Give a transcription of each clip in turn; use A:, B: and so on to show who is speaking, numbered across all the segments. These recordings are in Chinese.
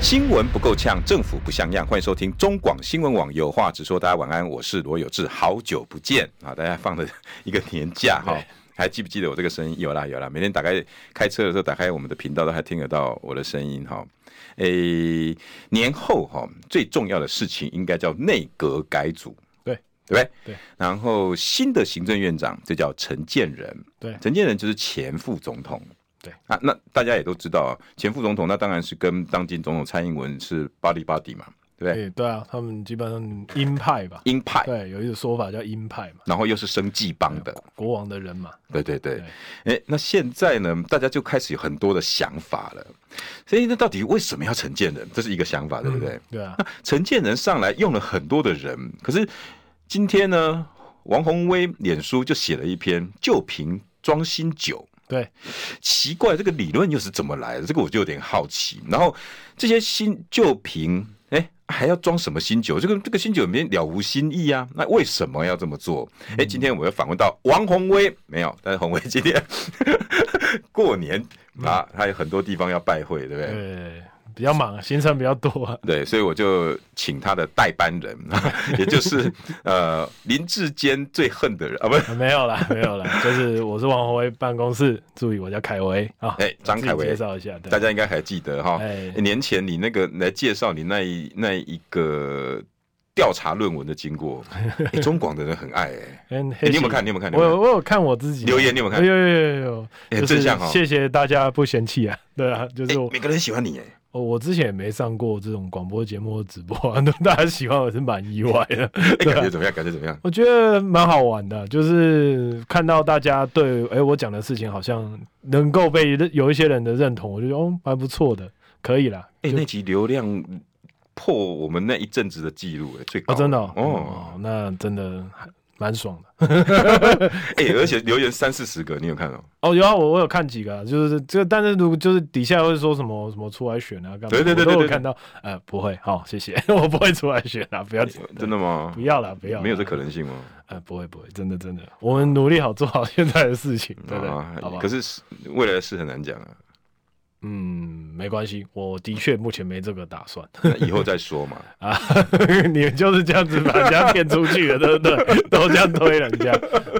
A: 新闻不够呛，政府不像样。欢迎收听中广新闻网有话直说。大家晚安，我是罗有志，好久不见啊！大家放了一个年假哈
B: 对，
A: 还记不记得我这个声音？有啦有啦，每天打开开车的时候打开我们的频道，都还听得到我的声音哈。诶、年后哈，最重要的事情应该叫内阁改组，
B: 对
A: 对不对？
B: 对。
A: 然后新的行政院长就叫陈建仁，
B: 对
A: 陈建仁就是前副总统。
B: 对
A: 啊，那大家也都知道啊，前副总统那当然是跟当今总统蔡英文是巴里巴底嘛，对不对？
B: 对对啊，他们基本上鹰派吧，
A: 鹰派，
B: 对，有一种说法叫鹰派嘛，
A: 然后又是生计帮的，
B: 国王的人嘛，
A: 对对对。哎，那现在呢，大家就开始有很多的想法了。所以那到底为什么要陈建仁？这是一个想法，对不对？
B: 嗯对啊，
A: 那 陈建仁上来用了很多的人，可是今天呢，王宏威脸书就写了一篇“旧瓶装新酒”。
B: 对，
A: 奇怪，这个理论又是怎么来的？这个我就有点好奇。然后这些新旧瓶，哎、还要装什么新酒？这个这个新酒里面了无新意啊，那为什么要这么做？哎、今天我又访问到王宏威，没有，但是宏威今天 过年啊，他有很多地方要拜会， 对不对？
B: 对，比较忙，行程比较多啊，
A: 对，所以我就请他的代班人， 也 就是呃林志坚最恨的人啊，不是。
B: 没有啦，没有啦，就是我是王宏威办公室助理，我叫凯维啊，
A: 哎张凯维
B: 我自己介绍一下，对
A: 大家应该还记得哈、
B: 哎
A: 年前你那个来介绍你那一那一个调查论文的经 过，哎中广的人很爱哎、
B: 嗯
A: 你有没有看你有没有看
B: 我有我有看我自己啊
A: 留言你有没有看
B: 有有有有
A: 哎
B: 有，就
A: 很正
B: 是
A: 向哦
B: 谢谢大家不嫌弃啊，对啊，就
A: 哎
B: 是我
A: 每个人喜欢你哎、
B: 哦我之前也没上过这种广播节目或直播啊， 那大家喜欢我是蛮意外的，
A: 哎
B: 对啊
A: 感觉怎么样？感觉怎么样？
B: 我觉得蛮好玩的，就是看到大家对哎、我讲的事情好像能够被认有一些人的认同，我就觉得哦蛮不错的，可以啦。
A: 哎、
B: 就
A: 那集流量破我们那一阵子的记录哎，最高、
B: 哦真的哦
A: 哦，
B: 哦那真的还蛮爽的。
A: 哎、而且留言三四十个，你有看哦？
B: 哦，有啊，我我有看几个啊、就是这，但是如果就是底下会说什么什么出来选啊，干嘛？
A: 对对对
B: 我都
A: 对
B: 有
A: 对
B: 看到，呃，不会，好、谢 谢，我不会出来选啊，不要，
A: 真的吗
B: 不？要啦，不要啦，
A: 没有这可能性哦吗？
B: 呃，不会不会，真的真的，我们努力好做好现在的事情，对不对？
A: 啊
B: 好吧
A: 可。是是未来的事很难讲 啊，
B: 嗯，没关系，我的确目前没这个打算
A: 那以后再说嘛。
B: 啊。你们就是这样子把人家骗出去的，对不对？ 都这样推人家，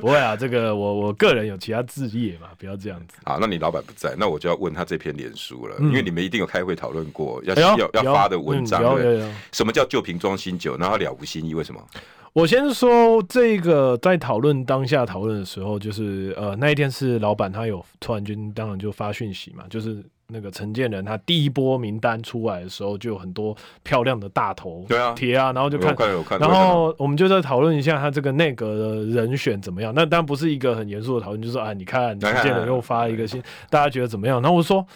B: 不会啊。这个我我个人有其他置业嘛，不要这样子。
A: 啊好，那你老板不在，那我就要问他这篇脸书了，
B: 嗯
A: 因为你们一定有开会讨论过要、
B: 哎呦
A: 要要
B: 有
A: 发的文章，
B: 嗯有
A: 对不对
B: 有有
A: 什么叫旧瓶装新酒？然后了无新意，为什么？
B: 我先说这个，在讨论当下讨论的时候，就是呃那一天是老板他有突然间当然就发讯息嘛，就是那个陈建仁他第一波名单出来的时候，就有很多漂亮的大头
A: 对啊
B: 贴啊，然后就看
A: 我看有看，
B: 然
A: 我看
B: 后我们就在讨论一下他这个内阁的人选怎么样。那当然不是一个很严肃的讨论，就是啊，你看
A: 来
B: 陈
A: 看
B: 建仁又发一个新，大家觉得怎么样？然后我说，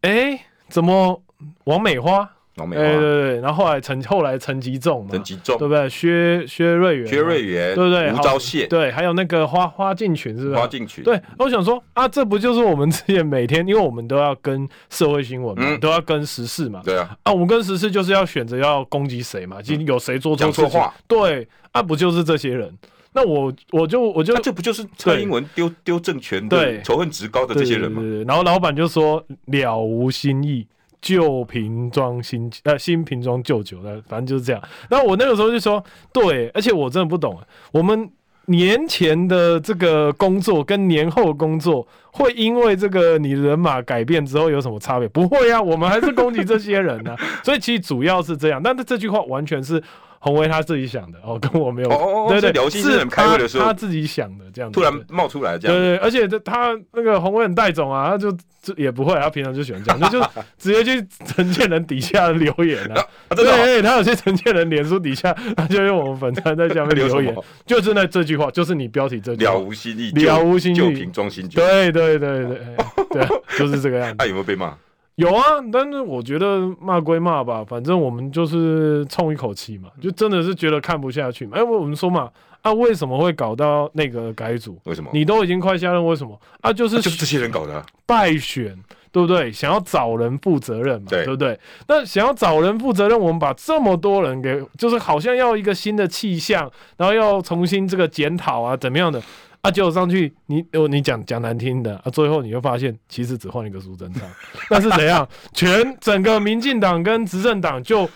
B: 哎，怎么王美花？
A: 王美
B: 哎，
A: 花、
B: 对对对。然后后来陈后来陈吉仲嘛，
A: 陈吉仲
B: 对、不对？薛薛瑞元嘛，
A: 薛瑞元，
B: 对不对？
A: 吴
B: 好
A: 钊燮、
B: 对，还有那个花花进群是吧？
A: 花进群，
B: 对，我想说啊，这不就是我们之前每天，因为我们都要跟社会新闻嘛，
A: 嗯
B: 都要跟时事嘛，
A: 对啊，
B: 啊，我们跟时事就是要选择要攻击谁嘛，今天有谁做
A: 嗯
B: 错
A: 讲错
B: 事情
A: 话，
B: 对，啊，不就是这些人？那我我就我就、
A: 啊那这不就是蔡英文丢丢政权的
B: 对
A: 仇恨值高的这些人吗
B: 对？对对对然后老板就说了无新意，旧瓶装新呃新瓶装旧酒，那反正就是这样。然后我那个时候就说，对，而且我真的不懂，我们年前的这个工作跟年后工作会因为这个你人马改变之后有什么差别？不会啊，我们还是攻击这些人 啊。所以其实主要是这样，但是这句话完全是。洪威他自己想的哦，跟我没有
A: 哦哦哦
B: 对
A: 所以
B: 对，
A: 聊新人
B: 是
A: 开会的时候
B: 他他自己想的这样子，
A: 突然
B: 对
A: 冒出来这
B: 对
A: 样，
B: 对，而且这他那个红卫很带种啊，他就就也不会，他平常就喜欢这样， 就就直接去陈建仁底下留言啊。
A: 啊，真的哦、
B: 对，他有去陈建仁脸书底下， 他就用我们粉砖在下面
A: 留什么
B: 留言，就是那这句话，就是你标题这句话
A: 哦了。无新意，
B: 了无新意
A: 旧旧瓶装新酒，
B: 哎对对对对对，就是这个样子。
A: 他有没有被骂？
B: 有啊，但是我觉得骂归骂吧，反正我们就是冲一口气
A: 嗯
B: 嘛，就真的是觉得看不下去嘛。哎，我我们说嘛，啊，为什么会搞到那个改组？
A: 为什么？啊
B: 你都已经快下任，为什么啊？就是
A: 就是这些人搞的啊、
B: 败选，对不对？想要找人负责任嘛，
A: 对
B: 对不对？那想要找人负责任，我们把这么多人给，就是好像要一个新的气象，然后要重新这个检讨啊，怎么样的？啊，结果上去，你哦，你讲讲难听的啊，最后你就发现，其实只换了一个苏 贞昌，但是怎样，全整个民进党跟执政党就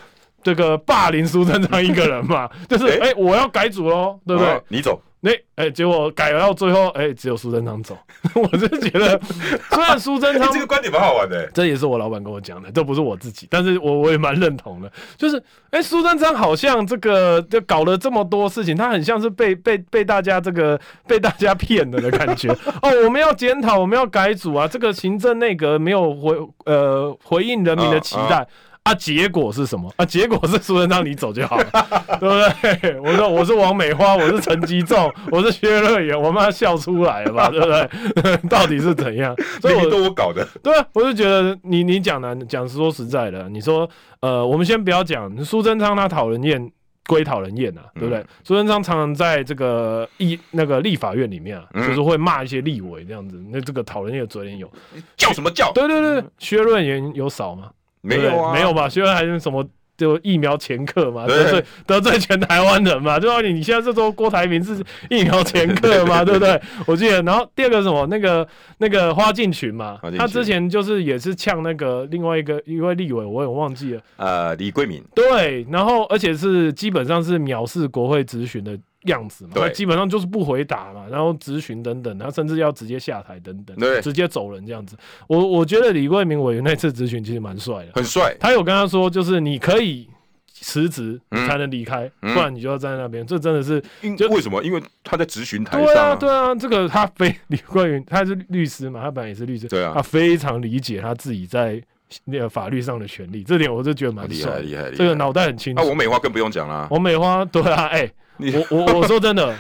B: 这个霸凌苏贞昌一个人嘛， 就是哎、
A: 哎
B: 我要改组喽，对不对？
A: 哦你走，
B: 那、哎、结果改到最后，哎、只有苏贞昌走。 我是觉得，虽然苏贞
A: 哎、
B: 昌
A: 这个观点蛮好玩的、欸。
B: 这也是我老板跟我讲的，这不是我自己，但是我我也蛮认同的，就是哎，苏贞昌好像这个就搞了这么多事情，他很像是被被被大家这个被大家骗了的感觉 哦。我们要检讨，我们要改组啊，这个行政内阁没有回呃回应人民的期待。
A: 嗯
B: 啊，结果是什么？啊，结果是苏贞昌你走就好了， 对不对？我 说我是王美花，我是陈吉仲，我是薛乐言，我妈笑出来了吧，对不对？ 到底是怎样？所以我
A: 你都我搞的，
B: 对啊，我就觉得你你讲的讲说实在的，你说呃，我们先不要讲苏贞昌他讨人厌归讨人厌啊，对不对
A: 嗯？
B: 苏贞昌常常在这个议那个立法院里面啊，就是会骂一些立委这样子，那这个讨人厌的嘴脸有。
A: 叫什么叫？
B: 对对对，薛润元有少吗？
A: 没
B: 对不
A: 有
B: 对
A: 啊，
B: 没有吧？薛润还是什么？就疫苗前客嘛，
A: 对
B: 得罪得罪全台湾人嘛，对吧？啊你你现在是说郭台铭是疫苗前 客嘛，对不对？我记得，然后第二个是什么，那个那个花敬群嘛
A: 花，敬群
B: 他之前就是也是呛那个另外一个一位立委，我也忘记了，
A: 呃，李桂敏，
B: 对，然后而且是基本上是藐视国会质询的样子嘛，
A: 对
B: 他基本上就是不回答嘛，然后质询等等，他甚至要直接下台等等，
A: 对
B: 直接走人这样子。我我觉得李桂明委员那次质询其实蛮帅的，
A: 很帅，
B: 他有跟他说，就是你可以辞职
A: 嗯
B: 才能离开，
A: 嗯
B: 不然你就要站在那边。这真的是
A: 因
B: 就
A: 为什么？因为他在咨询台
B: 对
A: 上、
B: 啊，对啊，这个他非李冠云，他是律师嘛，他本来也是律师，
A: 对啊
B: 他非常理解他自己在那个法律上的权利，这点我就觉得蛮
A: 厉
B: 啊帅
A: 害
B: 的，
A: 厉害厉害。
B: 这个脑袋很清
A: 啊，
B: 楚。
A: 王美花更不用讲啦，
B: 王美花，对啊，哎、
A: 你
B: 我我我说真的，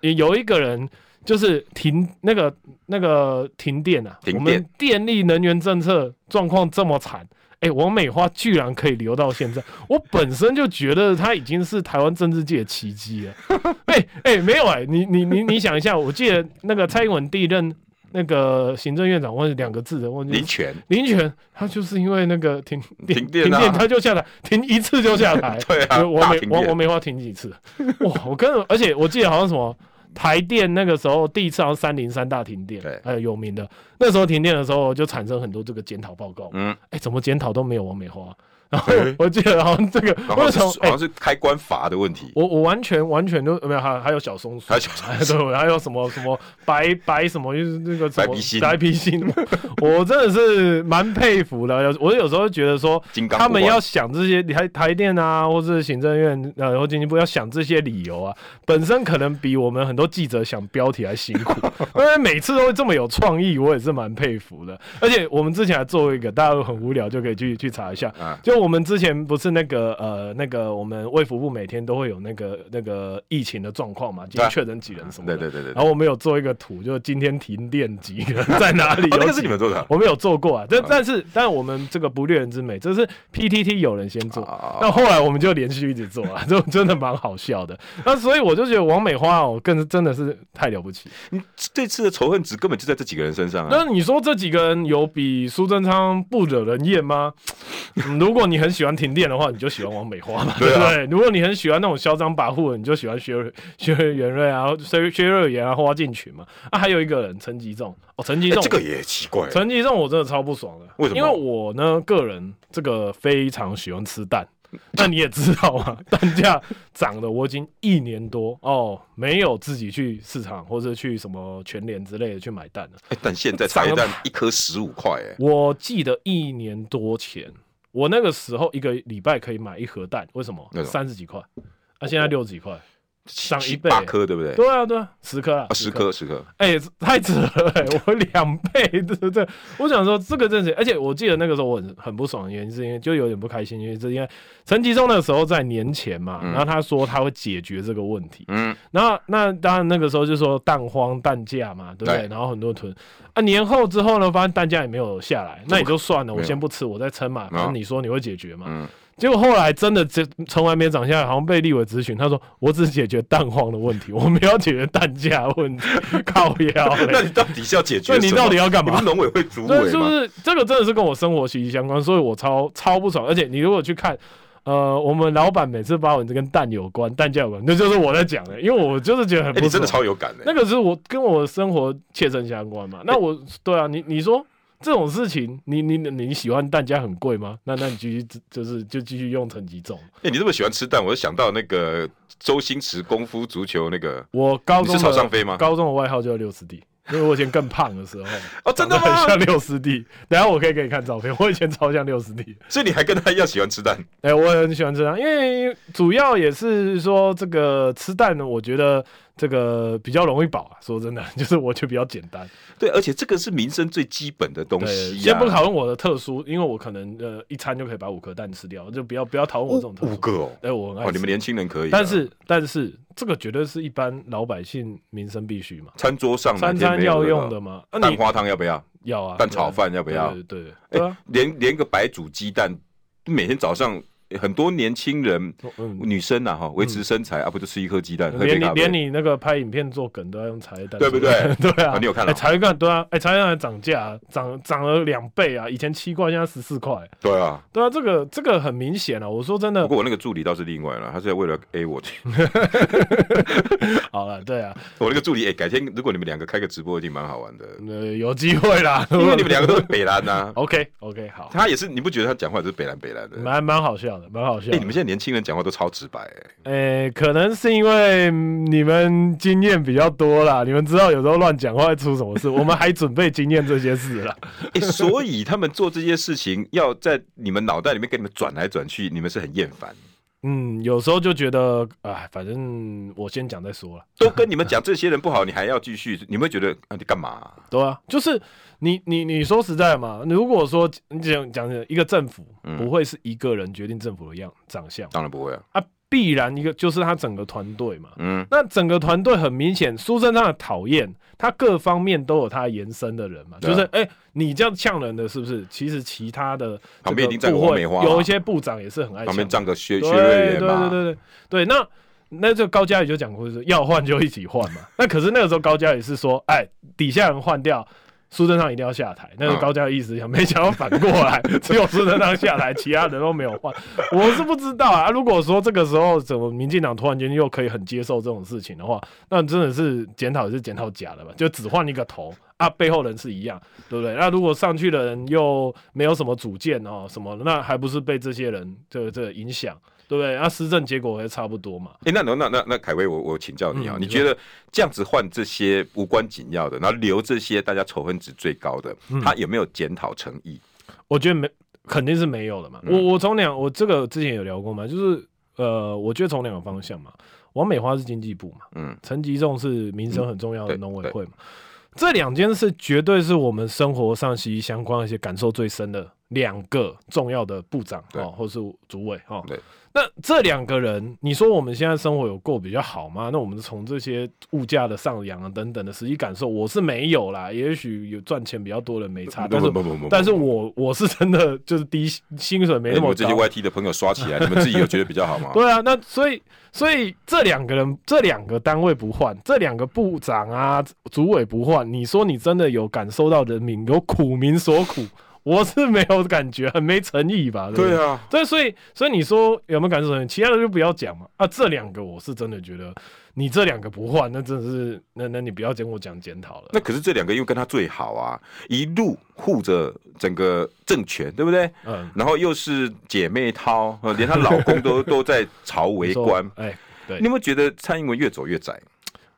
B: 有一个人就是停那个那个停电啊，
A: 停
B: 我
A: 电
B: 们电力能源政策状况这么惨。哎、王美花居然可以留到现在，我本身就觉得她已经是台湾政治界的奇迹了。 哎哎、没有哎、你你你你想一下，我记得那个蔡英文第一任那个行政院长，忘记两个字的，忘记
A: 林权
B: 林权，他就是因为那个停
A: 停电啊
B: 停电他就下台，停一次就下台。
A: 对啊
B: 我
A: 大
B: 没
A: 停
B: 我
A: 电
B: 我梅花停几次？哇，我跟而且我记得好像什么台电那个时候第一次好像三零三大停电
A: 对，
B: 呃有名的。那时候停电的时候就产生很多这个检讨报告，
A: 嗯
B: 嗯，哎，怎么检讨都没有王美 花。然后
A: 哎
B: 我记得好像这个
A: 然后
B: 为
A: 是
B: 什 么
A: 好
B: 哎
A: 像是开关阀的问题，
B: 我哎我完全完全都没有，还还有小松鼠，
A: 还有小 松鼠
B: 对，还有什么什么白白什么，就是那个什
A: 白
B: 么
A: 皮星
B: 白皮星，我我真的是蛮佩服的。有我有时候觉得说，
A: 金刚不
B: 他
A: 换
B: 们要想这些台台电啊，或是行政院呃，然后经济部要想这些理由啊，本身可能比我们很多记者想标题还辛苦， 因为每次都会这么有创意，我也是蛮佩服的。而且我们之前还做一个，大家都很无聊就可以去去查一下，
A: 啊，
B: 就我们之前不是那个呃那个我们卫福部每天都会有那个那个疫情的状况嘛，今天确诊几人什么
A: 对
B: 的。
A: 对对对对，
B: 然后我们有做一个图，就是今天停电几个人在哪里？
A: 哦，那
B: 有
A: 个
B: 几
A: 是你们做的啊
B: 我们有做过啊，但但是但我们这个不略人之美，这是 PTT 有人先做，
A: 啊，
B: 那后来我们就连续一直做啊，就真的蛮好笑的。那所以我就觉得王美花哦，更是真的是太了不起。
A: 你这次的仇恨值根本就在这几个人身上啊。
B: 那你说这几个人有比苏贞昌不惹人 厌吗、嗯如果你很喜欢停电的话，你就喜欢王美花嘛，
A: 对
B: 对
A: 啊
B: 不对？如果你很喜欢那种嚣张跋扈的，你就喜欢薛瑞薛元瑞啊、薛薛瑞元啊、花进群嘛。啊，还有一个人陈吉仲，哦，陈吉
A: 哎
B: 仲、
A: 这个也奇怪，
B: 陈吉仲我真的超不爽的，
A: 为什么
B: 因为我呢个人这个非常喜欢吃蛋，那你也知道嘛， 蛋价涨了，我已经一年多哦没有自己去市场或者去什么全联之类的去买蛋了。
A: 哎但现在茶叶
B: 长得
A: 蛋一颗十五块，哎，
B: 我记得一年多前，我那个时候一个礼拜可以买一盒蛋，为什么
A: 为什？么
B: 三十几块，啊，现在六十几块，上
A: 七
B: 一倍
A: 八颗对不对？
B: 对啊，对啊，十颗啊
A: 啊，十颗，十颗，
B: 哎、太扯了、哎 我两倍， 对不对？我想说这个真是，而且我记得那个时候我很很不爽的原因是因为就有点不开心，因为是因为陈吉仲那个时候在年前嘛，
A: 嗯
B: 然后他说他会解决这个问题，
A: 嗯，
B: 那那当然那个时候就说蛋荒蛋价嘛，对不对？
A: 对
B: 然后很多囤啊，年后之后呢，发现蛋价也没有下来，那也就算
A: 没
B: 了，我
A: 有
B: 先不吃，我再撑嘛，反正你说你会解决嘛。
A: 嗯
B: 结果后来真的这从来没涨下来，好像被立委咨询，他说我只解决蛋荒的问题，我没有解决蛋价的 问题，靠腰嘞、
A: 嗯那你到底是要解决
B: 那
A: 什么？
B: 你到底要干
A: 你
B: 嘛
A: 不是？农委会主
B: 对，
A: 委
B: 是不
A: 吗？
B: 是这个真的是跟我生活息息相关，所以我超超不爽。而且你如果去看，呃，我们老板每次发文这跟蛋有关、蛋价有关，那就是我在讲的，因为我就是觉得很
A: 哎，哎
B: 不
A: 你真
B: 爽
A: 的。超有感的
B: 那。个是我跟我的生活切身相关嘛。那我对啊，你你说这种事情，你你你喜欢蛋价很贵吗？那那你继续就是就继续用成绩种。
A: 哎，你这么喜欢吃蛋，我就想到那个周星驰功夫足球那个
B: 我高
A: 你
B: 中
A: 是朝上
B: 的
A: 飞吗？
B: 高中的外号叫六师弟，因为我以前更胖的时候，
A: 哦， 真的
B: 长 得
A: 吗？
B: 很像六师弟。等一下我可以给你看照片，我以前超像六师弟。
A: 所以你还跟他一样喜欢吃蛋？
B: 哎、我很喜欢吃蛋，因为主要也是说这个吃蛋呢，我觉得这个比较容易饱啊。说真的， 就是我觉得比较简单。
A: 对，而且这个是民生最基本的东
B: 对，
A: 西啊
B: 先
A: 呀
B: 不。讨论我的特殊，因为我可能呃一餐就可以把五颗蛋吃掉，就不要不要讨论我这种特
A: 五
B: 殊。
A: 个哦，
B: 哎、我很
A: 哦，
B: 爱吃
A: 你们年轻人可以啊，
B: 但是但是这个绝对是一般老百姓民生必须嘛，
A: 餐桌上哪
B: 三
A: 嗯天
B: 餐
A: 没有
B: 要
A: 的
B: 用
A: 话
B: 的嘛。那、
A: 蛋
B: 你
A: 花汤要不要？
B: 要啊，
A: 蛋炒饭要不
B: 对啊
A: 要？
B: 对对对
A: 哎
B: 对啊，
A: 连连个白煮鸡蛋，每天早上很多年轻人
B: 嗯，
A: 女生呐哈，维持身材啊，不就吃一颗鸡蛋，喝
B: 连
A: 杯
B: 你
A: 咖啡
B: 连。你那个拍影片做梗都要用茶叶蛋，
A: 对不对
B: 对啊
A: 啊，你有看到？
B: 哎茶叶蛋对啊，哎、茶叶蛋还涨价啊、涨涨了两倍啊！以前七块，现在十四块。
A: 对啊，
B: 对啊，这个这个很明显啊！我说真
A: 不
B: 的，
A: 过我那个助理倒是另外了，他是为了 A 我去，
B: 好了，对啊，
A: 我那个助理哎，改天如果你们两个开个直播，一定蛮好 玩的，
B: 呃，有机会啦，。
A: 因为你们两个都是北兰呐
B: OK OK 好，
A: 他也是，你不觉得他讲话也是北兰北兰的？
B: 蛮蛮好笑的，蛮好笑
A: 哎、
B: 的。
A: 你们现在年轻人讲话都超直白、哎
B: 呃、可能是因为嗯你们经验比较多啦，你们知道有时候乱讲话会出什么事，我们还准备经验这些事啦。
A: 哎、所以他们做这些事情，要在你们脑袋里面给你们转来转去，你们是很厌烦。
B: 嗯，有时候就觉得，哎，反正我先讲再说了。
A: 都跟你们讲这些人不好，你还要继续，你们会觉得啊，你干嘛、
B: 对啊，就是你你你说实在嘛，如果说你讲讲一个政府
A: 嗯
B: 不会是一个人决定政府的样长相
A: 当然不会啊，
B: 啊，必然一个就是他整个团队嘛。
A: 嗯，
B: 那整个团队很明显，苏贞昌的讨厌，他各方面都有他延伸的人嘛，
A: 对啊
B: 就是哎、你这样呛人的是不是？其实其他的
A: 旁边一定站个
B: 部
A: 王
B: 会
A: 美花啊
B: 有一些部长也是很爱呛
A: 旁边
B: 人
A: 站个薛薛
B: 对
A: 瑞元嘛，
B: 对对对对对，那那就高嘉宇就讲过，就是要换就一起换嘛。 那可是那个时候高嘉宇是说，哎，底下人换掉。苏贞昌一定要下台，那个
A: 嗯
B: 高嘉宇意思想，没想到反过来，只有苏贞昌下台，其他人都没有换。我是不知道啊。如果说这个时候怎么民进党突然间又可以很接受这种事情的话，那真的是检讨也是检讨假的吧？就只换一个头啊，背后人是一样，对不对？那如果上去的人又没有什么主见哦，什么的，那还不是被这些人这这影响，对不对？那施政结果也差不多嘛。
A: 哎、那那那那那凯威，我我请教你啊、
B: 嗯
A: 你
B: 你说
A: 觉得这样子换这些无关紧要的，然后留这些大家仇恨值最高的，
B: 嗯
A: 他有没有检讨诚意？
B: 我觉得没，肯定是没有了嘛。
A: 嗯
B: 我我从两，我这个之前有聊过嘛，就是呃，我觉得从两个方向嘛，王美花是经济部嘛，
A: 嗯，
B: 陈吉仲是民生很重要的
A: 嗯
B: 农委
A: 对
B: 会嘛，这两件事绝对是我们生活上息息相关，而且感受最深的两个重要的部长
A: 对
B: 哦，或是主委哦
A: 对。
B: 那这两个人，你说我们现在生活有过比较好吗？那我们从这些物价的上扬啊等等的实际感受，我是没有啦。也许有赚钱比较多的没差，但是
A: 不不不
B: 但是我我是真的就是低薪水没
A: 哎
B: 那
A: 你
B: 么
A: 们这些
B: 高，
A: YT 的朋友刷起来，你们自己有觉得比较好吗？
B: 对啊，那所以所以这两个人这两个单位不换，这两个部长啊主委不换，你说你真的有感受到人民有苦民所苦？我是没有感觉，很没诚意吧？不
A: 对啊，
B: 对，所以所以你说有没有感受很？其他的就不要讲嘛。啊，这两个我是真的觉得，你这两个不换，那真的是，那那你不要跟我讲检讨了。
A: 那可是这两个又跟他最好啊，一路护着整个政权，对不对？
B: 嗯，
A: 然后又是姐妹淘，呃 连她老公都都在朝
B: 你
A: 为
B: 说
A: 官。
B: 哎，对
A: 你有没有觉得蔡英文越走越窄？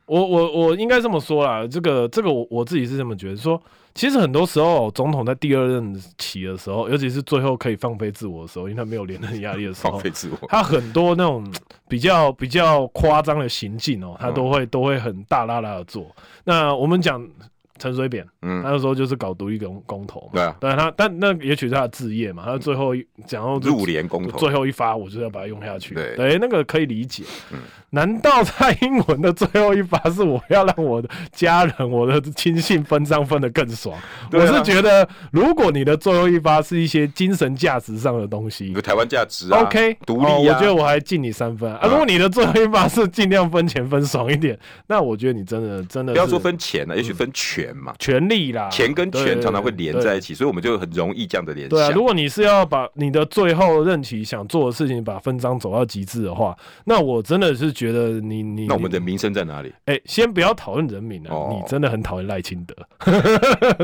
B: 我我我应该这么说啦，这个这个我我自己是这么觉得，说其实很多时候总统在第二任期的时候，尤其是最后可以放飞自我的时候，因为他没有连任压力的时
A: 放
B: 候
A: 飞，自我，
B: 他很多那种比较比较夸张的行径哦，他都会
A: 嗯
B: 都会很大拉拉的做。那我们讲陈水扁，他
A: 嗯，
B: 那时候就是搞独立公公投嘛，
A: 对啊，
B: 对他，但那也许是他的置业嘛，他最后一讲到
A: 入联公投，
B: 最后一发，我就是要把它用下去。
A: 对嗯
B: 那个可以理解。难道蔡英文的最后一发是我要让我的家人、我的亲信分赃分得更爽？
A: 对
B: 我
A: 啊
B: 是觉得，如果你的最后一发是一些精神价值上的东西
A: 你的台湾价值啊
B: ，OK，
A: 独
B: 哦
A: 立
B: 我
A: 啊
B: 觉，得我还敬你三分啊。
A: 嗯
B: 如果你的最后一发是尽量分钱分爽一点，那我觉得你真的真的
A: 不要说
B: 呃是
A: 分钱啊了，也许分权嘛，
B: 权利啦，
A: 钱跟
B: 对
A: 权
B: 对
A: 常常会连
B: 对
A: 在一起，所以我们就很容易这样的联
B: 对啊，
A: 想
B: 如。果你是要把你的最后任期想做的事情把分赃走到极致的话，那我真的是觉得你你
A: 那我们
B: 你
A: 的名声在哪 里？
B: 哎、先不要讨论人民了、
A: 哦
B: 你真的很讨厌赖清德，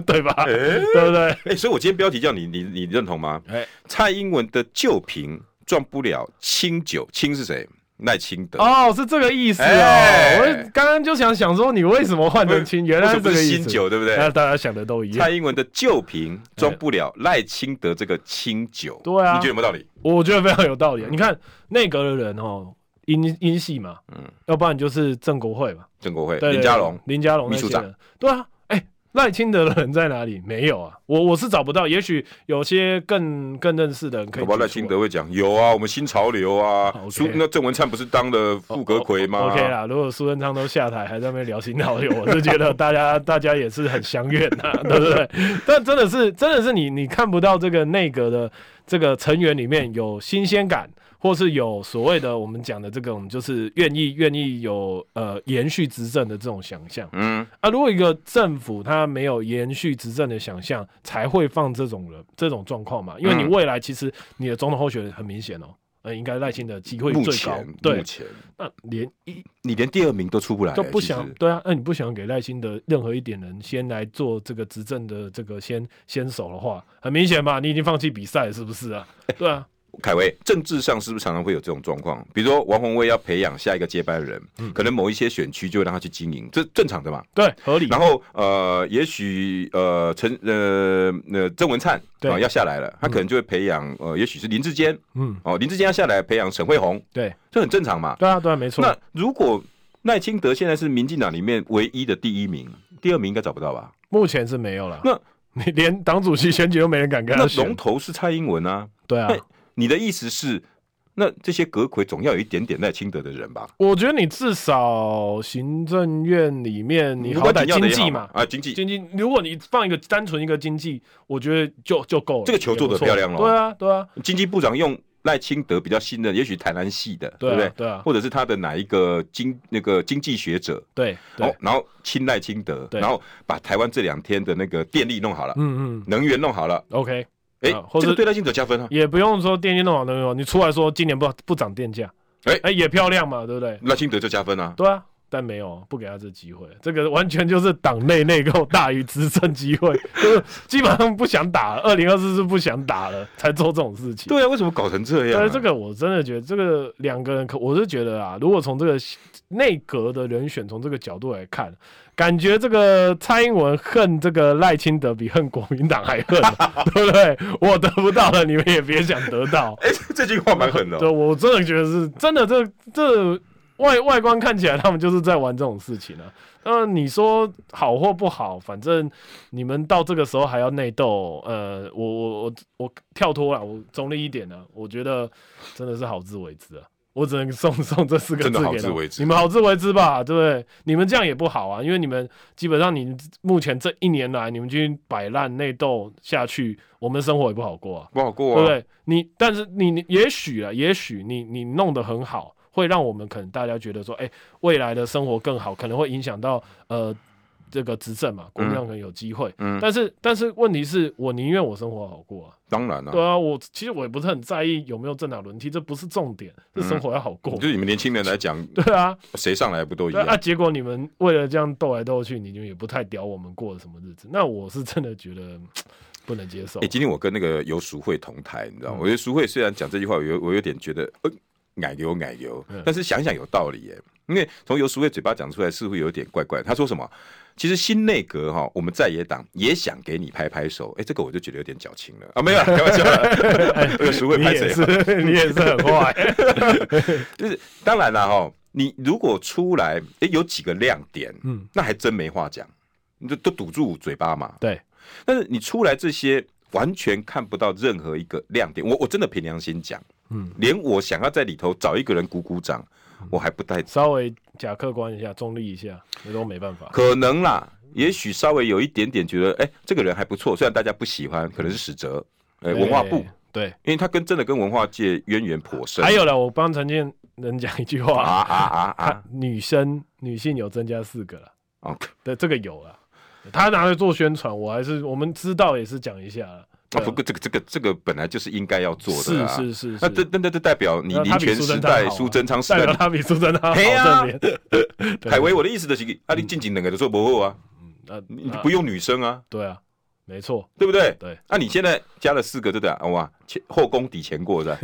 B: 对 吧？对不对？
A: 哎、所以我今天标题叫你，你你认同吗？
B: 哎
A: 蔡英文的旧瓶撞不了清酒，清是谁？赖清德。
B: 哦，是这个意思哦。
A: 哎
B: 我刚刚就想想说，你为什么换成清？原来
A: 为
B: 是
A: 什么
B: 这
A: 不
B: 个
A: 是
B: 意
A: 新
B: 思。
A: 酒，对不对？
B: 那大家想的都一样
A: 蔡。英文的旧瓶装不了赖清德这个清酒，
B: 对啊
A: 你觉得有没有道理？
B: 我觉得非常有道理。啊你看内阁的人哦，英英系嘛，
A: 嗯
B: 要不然就是郑国会嘛，
A: 郑国会、
B: 对
A: 林佳龙，
B: 林佳龙
A: 秘
B: 那
A: 书
B: 些
A: 长
B: 人，对啊，哎、赖清德的人在哪里？没有啊，我我是找不到，也许有些更更认识的人
A: 搞
B: 可以
A: 不
B: 提出
A: 好
B: 来。
A: 赖清德会讲有啊，我们新潮流啊。
B: 哦 OK
A: 苏那郑文灿不是当了
B: 哦
A: 副阁魁吗
B: OK 啦，如果苏贞昌都下台，还在那边聊新老友， 我是觉得大家大家也是很相怨呐、 对不对？但真的是真的是你你看不到这个内阁的这个成员里面有新鲜感，或是有所谓的我们讲的这种就是愿意愿意有呃延续执政的这种想象。
A: 嗯，
B: 啊，如果一个政府它没有延续执政的想象，才会放这种人这种状况嘛。因为你
A: 嗯
B: 未来其实你的总统候选人很明显哦，呃，应该赖清德机会
A: 目
B: 最高
A: 前，目
B: 对，
A: 前
B: 那连一
A: 你连第二名都出不来，
B: 都不
A: 其实
B: 想，对啊，那你不想给赖清德任何一点人先来做这个执政的这个先先手的话，很明显嘛，你已经放弃比赛了是不是啊？对啊，
A: 凯威，政治上是不是常常会有这种状况？比如说王宏威要培养下一个接班人，
B: 嗯
A: 可能某一些选区就会让他去经营，这正常的嘛。
B: 对，合理，
A: 然后呃，也许呃陈呃呃郑文灿
B: 对
A: 啊、要下来了，他可能就会培养、呃，也许是林志坚
B: 嗯，
A: 哦，林志坚要下来培养沈惠宏，
B: 对，
A: 这很正常嘛。
B: 对啊，对啊，没错，
A: 那如果赖清德现在是民进党里面唯一的第一名，第二名应该找不到吧？
B: 目前是没有了。
A: 那
B: 你连党主席选举都没人敢跟
A: 那
B: 他啊选
A: 龙，头是蔡英文啊。
B: 对啊
A: 那。你的意思是，那这些阁魁总要有一点点赖清德的人吧？
B: 我觉得你至少行政院里面，你
A: 如
B: 好
A: 果
B: 歹
A: 要
B: 经
A: 的也
B: 济
A: 好
B: 嘛，
A: 啊，经济
B: 经济，如果你放一个单纯一个经济，我觉得就就够了。
A: 这个球做得
B: 也不错
A: 漂亮咯
B: 对啊，对啊，
A: 经济部长用赖清德比较信任，也许台南系的，
B: 对
A: 不对
B: 啊，？对啊，
A: 或者是他的哪一个经那个经济学者，
B: 对
A: 哦
B: 对，，
A: 然后青赖清德，
B: 对
A: 然后把台湾这两天的那个电力弄好了，
B: 嗯嗯
A: 能源弄好了，
B: ，OK，
A: 哎
B: 啊，或
A: 这
B: 者
A: 个对赖清德加分啊，
B: 也不用说电竞弄好弄好，你出来说今年不不涨电价，
A: 哎
B: 哎也漂亮嘛，对不对？
A: 赖清德就加分啊。
B: 对啊，但没有不给他这机会，这个完全就是党内内购大于执政机会， 就是基本上不想打了，二零二四是不想打了才做这种事情。
A: 对啊，为什么搞成这样啊？
B: 对，这个我真的觉得，这个两个人可，我是觉得啊，如果从这个内阁的人选从这个角度来看，感觉这个蔡英文恨这个赖清德比恨国民党还恨，啊 对不对？我得不到了，你们也别想得到。
A: 哎，这句话蛮狠的
B: 对，
A: 哦。
B: 我真的觉得是真的这，这外外观看起来他们就是在玩这种事情啊。那你说好或不好，反正你们到这个时候还要内斗，呃，我我我我跳脱了，我中立一点呢、我觉得真的是好自为之啊。我只能送送这四个
A: 真
B: 字
A: 的
B: 给他
A: 好
B: 们
A: 自为之
B: 你们好自为之吧，对不对？你们这样也不好啊，因为你们基本上你目前这一年来，你们去摆烂内斗下去，我们生活也不好过啊。
A: 不好
B: 对
A: 过
B: 不
A: 啊，
B: 对？你但是你你也许啊，也许你你弄得很好，会让我们可能大家觉得说，哎、未来的生活更好，可能会影响到呃这个执政嘛，国民党可能有机会。
A: 嗯
B: 但是但是问题是我宁愿我生活好过啊，
A: 当然了
B: 对，啊，我其实我也不是很在意有没有政党轮替，这不是重点，是生活要好过。
A: 就是你们年轻人来讲，
B: 对啊，
A: 谁上来不都一
B: 对啊，
A: 样？
B: 结果你们为了这样斗来斗去，你就也不太屌我们过了什么日子，那我是真的觉得嗯不能接受
A: 哎，。今天我跟那个游淑慧同台，你知道
B: 嗯
A: 吗，我觉得淑慧虽然讲这句话，我有我有点觉得，呃，奶油奶油
B: 嗯，
A: 但是想想有道理耶。因为从游淑慧嘴巴讲出来似乎有点怪怪。他说什么？其实新内阁哈，我们在野党也想给你拍拍手，哎、这个我就觉得有点矫情了啊，没有啦， 开玩笑啦，有淑慧
B: 哎你
A: 拍谁啊
B: 也？是， 你也是很坏。
A: 就是当然了哈，你如果出来，哎、有几个亮点，
B: 嗯，
A: 那还真没话讲，你就都堵住嘴巴嘛。
B: 对，
A: 但是你出来这些，完全看不到任何一个亮点。我我真的凭良心讲，
B: 嗯，
A: 连我想要在里头找一个人鼓鼓掌，我还不带
B: 稍微假客观一下，中立一下，这都没办法。
A: 可能啦，也许稍微有一点点觉得，哎、这个人还不错，虽然大家不喜欢，可能是史哲，哎、文化部，
B: 对，
A: 因为他跟真的跟文化界渊源颇深。
B: 还有了，我帮陈建仁讲一句
A: 啊
B: 话，
A: 啊啊
B: 他
A: 啊
B: 女生女性有增加四个了，
A: 啊！
B: 对，这个有了。他拿来做宣传，我还是我们知道也是讲一下了。
A: 啊，不过这个这个这个本来就是应该要做的、
B: 是
A: 啊，
B: 是是
A: 那这
B: 是，
A: 那那就代表你
B: 那
A: 林
B: 他比
A: 权
B: 苏
A: 时
B: 贞昌
A: 代、
B: 好啊
A: 苏贞昌时
B: 代表
A: 代，
B: 他比苏贞昌好
A: 嘿
B: 正
A: 啊
B: 面。对
A: 海威，我的意思的是，啊，你近景两个都做不后啊，
B: 呃，
A: 你
B: 啊
A: 不用女生啊，
B: 对啊，没错，
A: 对不对？
B: 对，
A: 啊，你现在加了四个，对不对？啊哇，前后宫抵前过是 吧？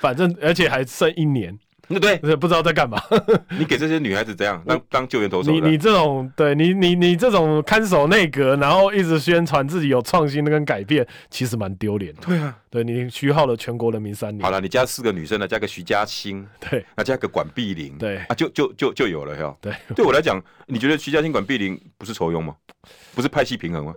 B: 反正而且还剩一年，
A: 对不对？
B: 不知道在干嘛。
A: 你给这些女孩子怎样当当救援投手
B: 你
A: 的？
B: 你这种对你你你这种看守内阁，然后一直宣传自己有创新跟改变，其实蛮丢脸的。
A: 对啊，
B: 对你虚耗了全国人民三
A: 好
B: 年。
A: 了，你加四个女生呢，加个徐佳欣，
B: 对
A: 啊，加个管碧玲，
B: 对
A: 啊，就就就就有了哟。
B: 对，
A: 对我来讲，你觉得徐佳欣、管碧玲不是仇庸吗？不是派系平衡吗？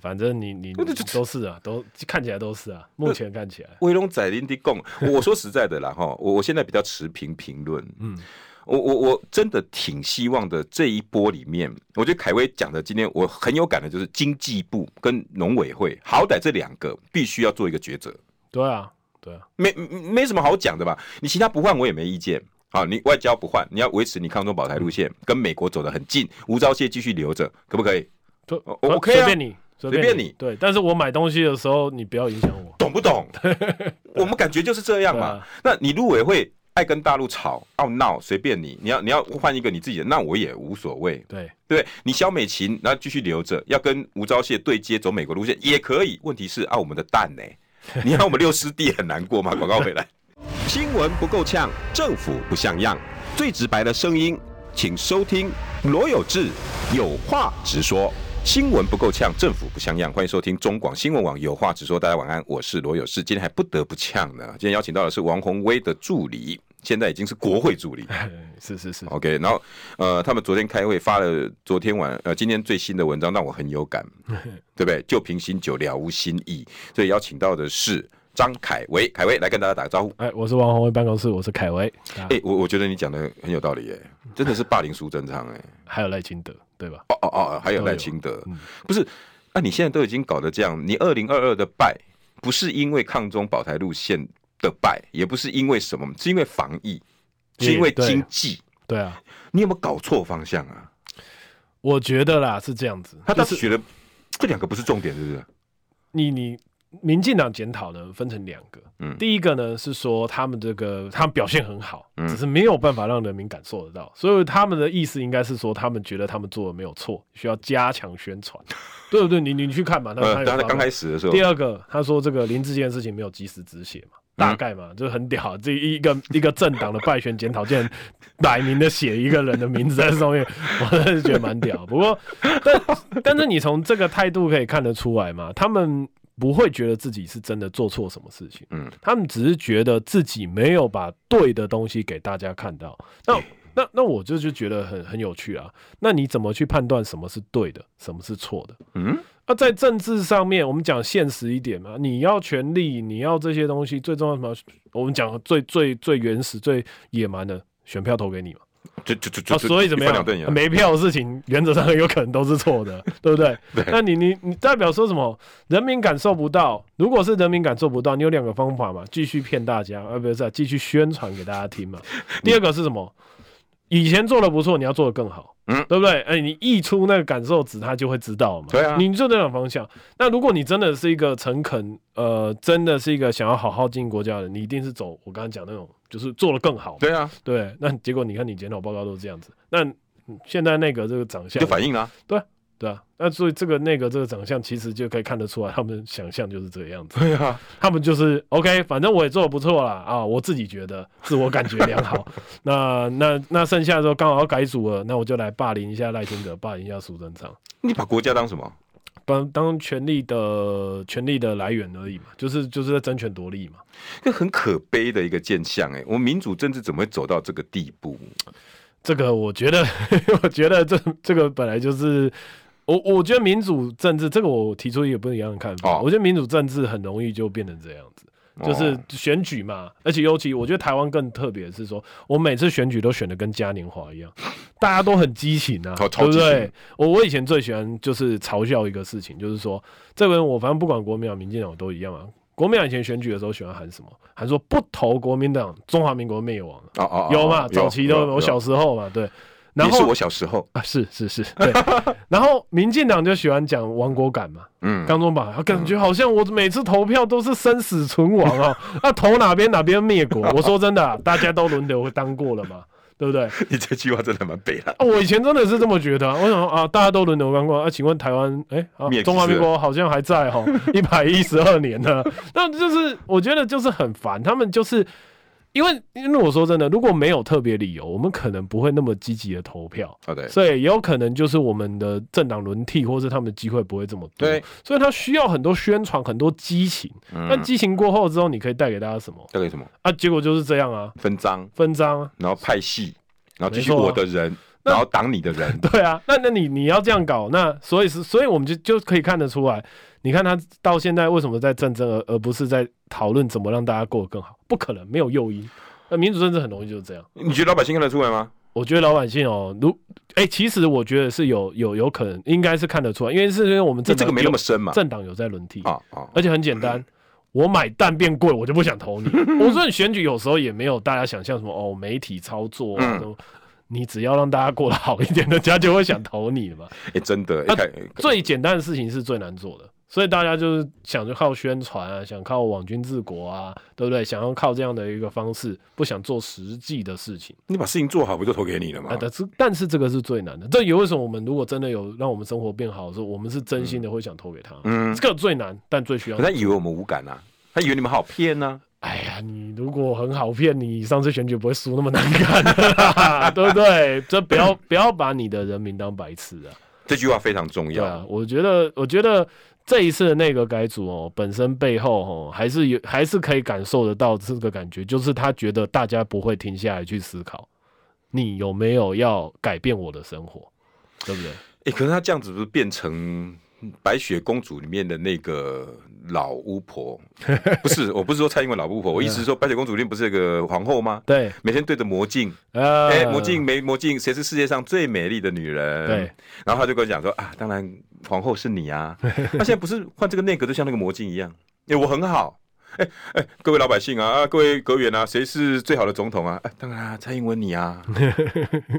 B: 反正你你
A: 对对
B: 都是啊，都看起来都是啊，目前看起来，
A: 威龙仔林的共，我说实在的啦哈，我我现在比较持平评论，
B: 嗯，
A: 我我我真的挺希望的这一波里面，我觉得凯威讲的今天我很有感的就是经济部跟农委会，好歹这两个必须要做一个抉择，
B: 对啊，对啊，
A: 没没没什么好讲的吧？你其他不换我也没意见啊，你外交不换，你要维持你抗中保台路线，跟美国走得很近，吴钊燮继续留着，可不可以？
B: 就
A: 哦，OK 啊
B: 随便你，随
A: 随
B: 便
A: 便
B: 你
A: 你，
B: 对。但是我买东西的时候，你不要影响我。
A: 懂不 懂？我们感觉就是这样嘛。
B: 对啊
A: 那你陆委会爱跟大陆吵、懊闹，随便你，你要你要换一个你自己的，那我也无所谓，
B: 对，
A: 对不对？你萧美琴，然后继续留着，要跟吴钊燮对接走美国路线也可以。问题是啊，我们的蛋呢、 你让我们六师弟很难过吗？广告回来。
C: 新闻不够呛，政府不像样，最直白的声音，请收听罗有志有话直说。
A: 新闻不够呛，政府不像样。欢迎收听中广新闻网，有话直说。大家晚安，我是罗有志。今天还不得不呛呢，今天邀请到的是王宏威的助理，现在已经是国会助理。
B: 是是是，
A: OK，然后呃，他们昨天开会发了昨天晚呃今天最新的文章，让我很有感，对不对？就凭新酒了无新意，所以邀请到的是张凯威，凯威来跟大家打个招呼。
B: 哎，我是王宏威办公室，我是凯威，啊
A: 哎、我我觉得你讲的很有道理、耶，真的是霸凌苏贞昌、哎，
B: 还有赖清德，对吧？
A: 哦哦哦，还有
B: 都
A: 赖
B: 有
A: 清德，
B: 嗯
A: 不是？啊，你现在都已经搞得这样，你二零二二的败不是因为抗中保台路线的败，也不是因为什么，是因为防疫，是因为
B: 哎对
A: 经济，
B: 对啊，
A: 你有没有搞错方向啊？
B: 我觉得啦是这样子，
A: 他
B: 就
A: 当
B: 是
A: 时觉得这两个不是重点，是不是？
B: 你你民进党检讨呢分成两个，
A: 嗯
B: 第一个呢是说他们这个他们表现很好，
A: 嗯
B: 只是没有办法让人民感受得到，所以他们的意思应该是说他们觉得他们做的没有错，需要加强 宣传，对不对？你你去看嘛，那
A: 呃，
B: 他
A: 当
B: 有
A: 他
B: 发
A: 刚
B: 表
A: 开始的时候
B: 第，二个，他说这个林志坚的事情没有及时止血嘛，大概嘛，就很屌。这一个一个政党的败选检讨，竟然摆明的写一个人的名字在上面，我真是觉得蛮屌。 不过，但但是你从这个态度可以看得出来嘛，他们不会觉得自己是真的做错什么事情，
A: 嗯，
B: 他们只是觉得自己没有把对的东西给大家看到。那那那我就就觉得很很有趣啊。那你怎么去判断什么是对的，什么是错的？
A: 嗯，
B: 那在政治上面，我们讲现实一点嘛，你要权力，你要这些东西，最重要的什么？我们讲最最最原始、最野蛮的，选票投给你嘛。
A: 就就就
B: 啊，
A: 就，
B: 所以怎么
A: 一翻两瞪
B: 样？
A: 眼，
B: 没票的事情，原则上有可能都是 错的，对不对？
A: 对
B: 那你你你代表说什么？人民感受不到，如果是人民感受不到，你有两个方法嘛，继续骗大家，而不是啊继续宣传给大家 听嘛。第二个是什么？以前做的不错，你要做的更好，
A: 嗯
B: 对不对？哎，你溢出那个感受值，他就会知道嘛。
A: 对啊
B: 你就这种方向。那如果你真的是一个诚恳，呃，真的是一个想要好好经营国家的人，你一定是走我刚刚讲那种，就是做的更好嘛。
A: 对啊，
B: 对，那结果你看你检讨报告都是这样子，那嗯现在内阁这个长
A: 你
B: 相
A: 就，反应啊，
B: 对啊，对啊，那所以这个那个这个长相，其实就可以看得出来，他们想象就是这个样子。
A: 对啊，
B: 他们就是 OK，反正我也做的不错啦啊，我自己觉得自我感觉 良好。那那那剩下的时候刚好要改组了，那我就来霸凌一下赖清德，霸凌一下苏贞昌，
A: 你把国家当什么？
B: 当当权力的权力的来源而已嘛，就是就是在争权夺利嘛。
A: 这很可悲的一个现象哎、我们民主政治怎么会走到这个地步？
B: 这个我觉得， 我觉得这这个本来就是。我我觉得民主政治这个我提出一个不一样的看法，
A: 哦
B: 我觉得民主政治很容易就变成这样子，就是
A: 哦
B: 选举嘛，而且尤其我觉得台湾更特别的是说，我每次选举都选的跟嘉年华一样，大家都很激情啊，
A: 哦超
B: 对不
A: 激情
B: 对？我我以前最喜欢就是嘲笑一个事情，就是说这个人我反正不管国民党、民进党我都一样啊。国民党以前选举的时候喜欢喊什么？喊说不投国民党，中华民国灭亡。啊
A: 哦哦，哦
B: 有嘛？早期都我小，时候嘛，对。然
A: 也是
B: 后
A: 我小时候，
B: 啊，是是是，对。然后民进党就喜欢讲亡国感嘛，
A: 嗯，
B: 刚中吧，啊感觉好像我每次投票都是生死存亡哦，那投哪边哪边灭国。我说真的啊，大家都轮流当过了嘛，对不对？
A: 你这句话真的蛮悲了。
B: 啊，我以前真的是这么觉得啊、我想说啊，大家都轮流当过啊。请问台湾，哎、啊
A: 灭，几
B: 中华民
A: 次
B: 国好像还在 哈，一百一十二年呢。那就是我觉得就是很烦，他们就是因为因为我说真的，如果没有特别理由，我们可能不会那么积极的投票。
A: 好的，
B: 所以也有可能就是我们的政党轮替，或是他们的机会不会这么多，
A: 对，
B: 所以他需要很多宣传，很多激情。那、
A: 嗯，
B: 激情过后之后，你可以带给大家什么
A: 大概什么
B: 啊？结果就是这样啊，
A: 分赃，
B: 分赃啊，
A: 然后派系，然后继续
B: 没错啊
A: 我的人，
B: 那
A: 然后挡你的人，
B: 对啊，那那你你要这样搞，那所以是，所以我们就就可以看得出来，你看他到现在为什么在战争，而而不是在讨论怎么让大家过得更好？不可能，没有诱因。那民主政治很容易就是这样。
A: 你觉得老百姓看得出来吗？
B: 我觉得老百姓哦，如哎、其实我觉得是有有有可能，应该是看得出来，因为是因为我们
A: 这
B: 政
A: 这
B: 党
A: 个没那
B: 有
A: 么深嘛，
B: 政党有在轮替
A: 啊啊，
B: 而且很简单，我买蛋变贵，我就不想投你。我说你选举有时候也没有大家想象什么哦，媒体操作啊，
A: 嗯
B: 都你只要让大家过得好一点，人家就会想投你了嘛。
A: 哎，真的，哎
B: 啊
A: 看
B: 最简单的事情是最难做的，所以大家就是想着靠宣传啊，想靠网军治国啊，对不对？想要靠这样的一个方式，不想做实际的事情。
A: 你把事情做好，我就投给你了嘛
B: 啊，。但是但是这个是最难的，这也为什么我们如果真的有让我们生活变好的时候，我们是真心的会想投给他。
A: 嗯，
B: 这个最难，但最需要
A: 可。他以为我们无感啊，他以为你们好啊骗呢。
B: 哎呀，你如果很好骗，你上次选举不会输那么难看， 对不对？这不要不要把你的人民当白痴啊！
A: 这句话非常重
B: 对啊
A: 要，，
B: 我觉得我觉得这一次的内阁改组哦，本身背后哦还是有还是可以感受得到这个感觉，就是他觉得大家不会停下来去思考，你有没有要改变我的生活，对不对？
A: 哎，可是他这样子不是变成白雪公主里面的那个老巫婆？不是，我不是说蔡英文老巫婆，我意思是说白雪公主里面不是有个皇后吗？
B: 对，
A: 每天对着魔镜，
B: 呃，
A: 哎、魔镜没魔镜，谁是世界上最美丽的女人？
B: 对。
A: 然后他就跟我讲说啊，当然皇后是你 啊。他现在不是换这个内阁，就像那个魔镜一样，哎、我很好。哎、哎、各位老百姓啊，啊，各位阁员啊，谁是最好的总统啊？哎、当然、啊，蔡英文你啊。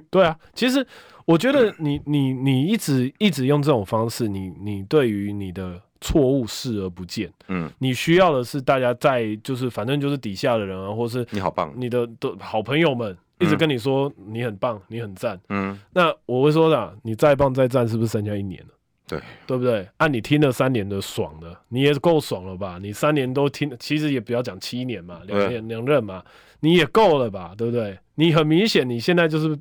B: 对啊，其实我觉得你你你一直一直用这种方式，你你对于你的错误视而不见，
A: 嗯，
B: 你需要的是大家在就是反正就是底下的人啊，或是
A: 你好棒。
B: 你的的好朋友们一直跟你说你很棒，你很赞。
A: 嗯，
B: 那我会说啦，你再棒再赞，是不是剩下一年了？
A: 对，
B: 对不对？啊，你听了三年的爽的，你也够爽了吧？你三年都听，其实也不要讲七年嘛，两年两任嘛，你也够了吧？对不对？你很明显，你现在就是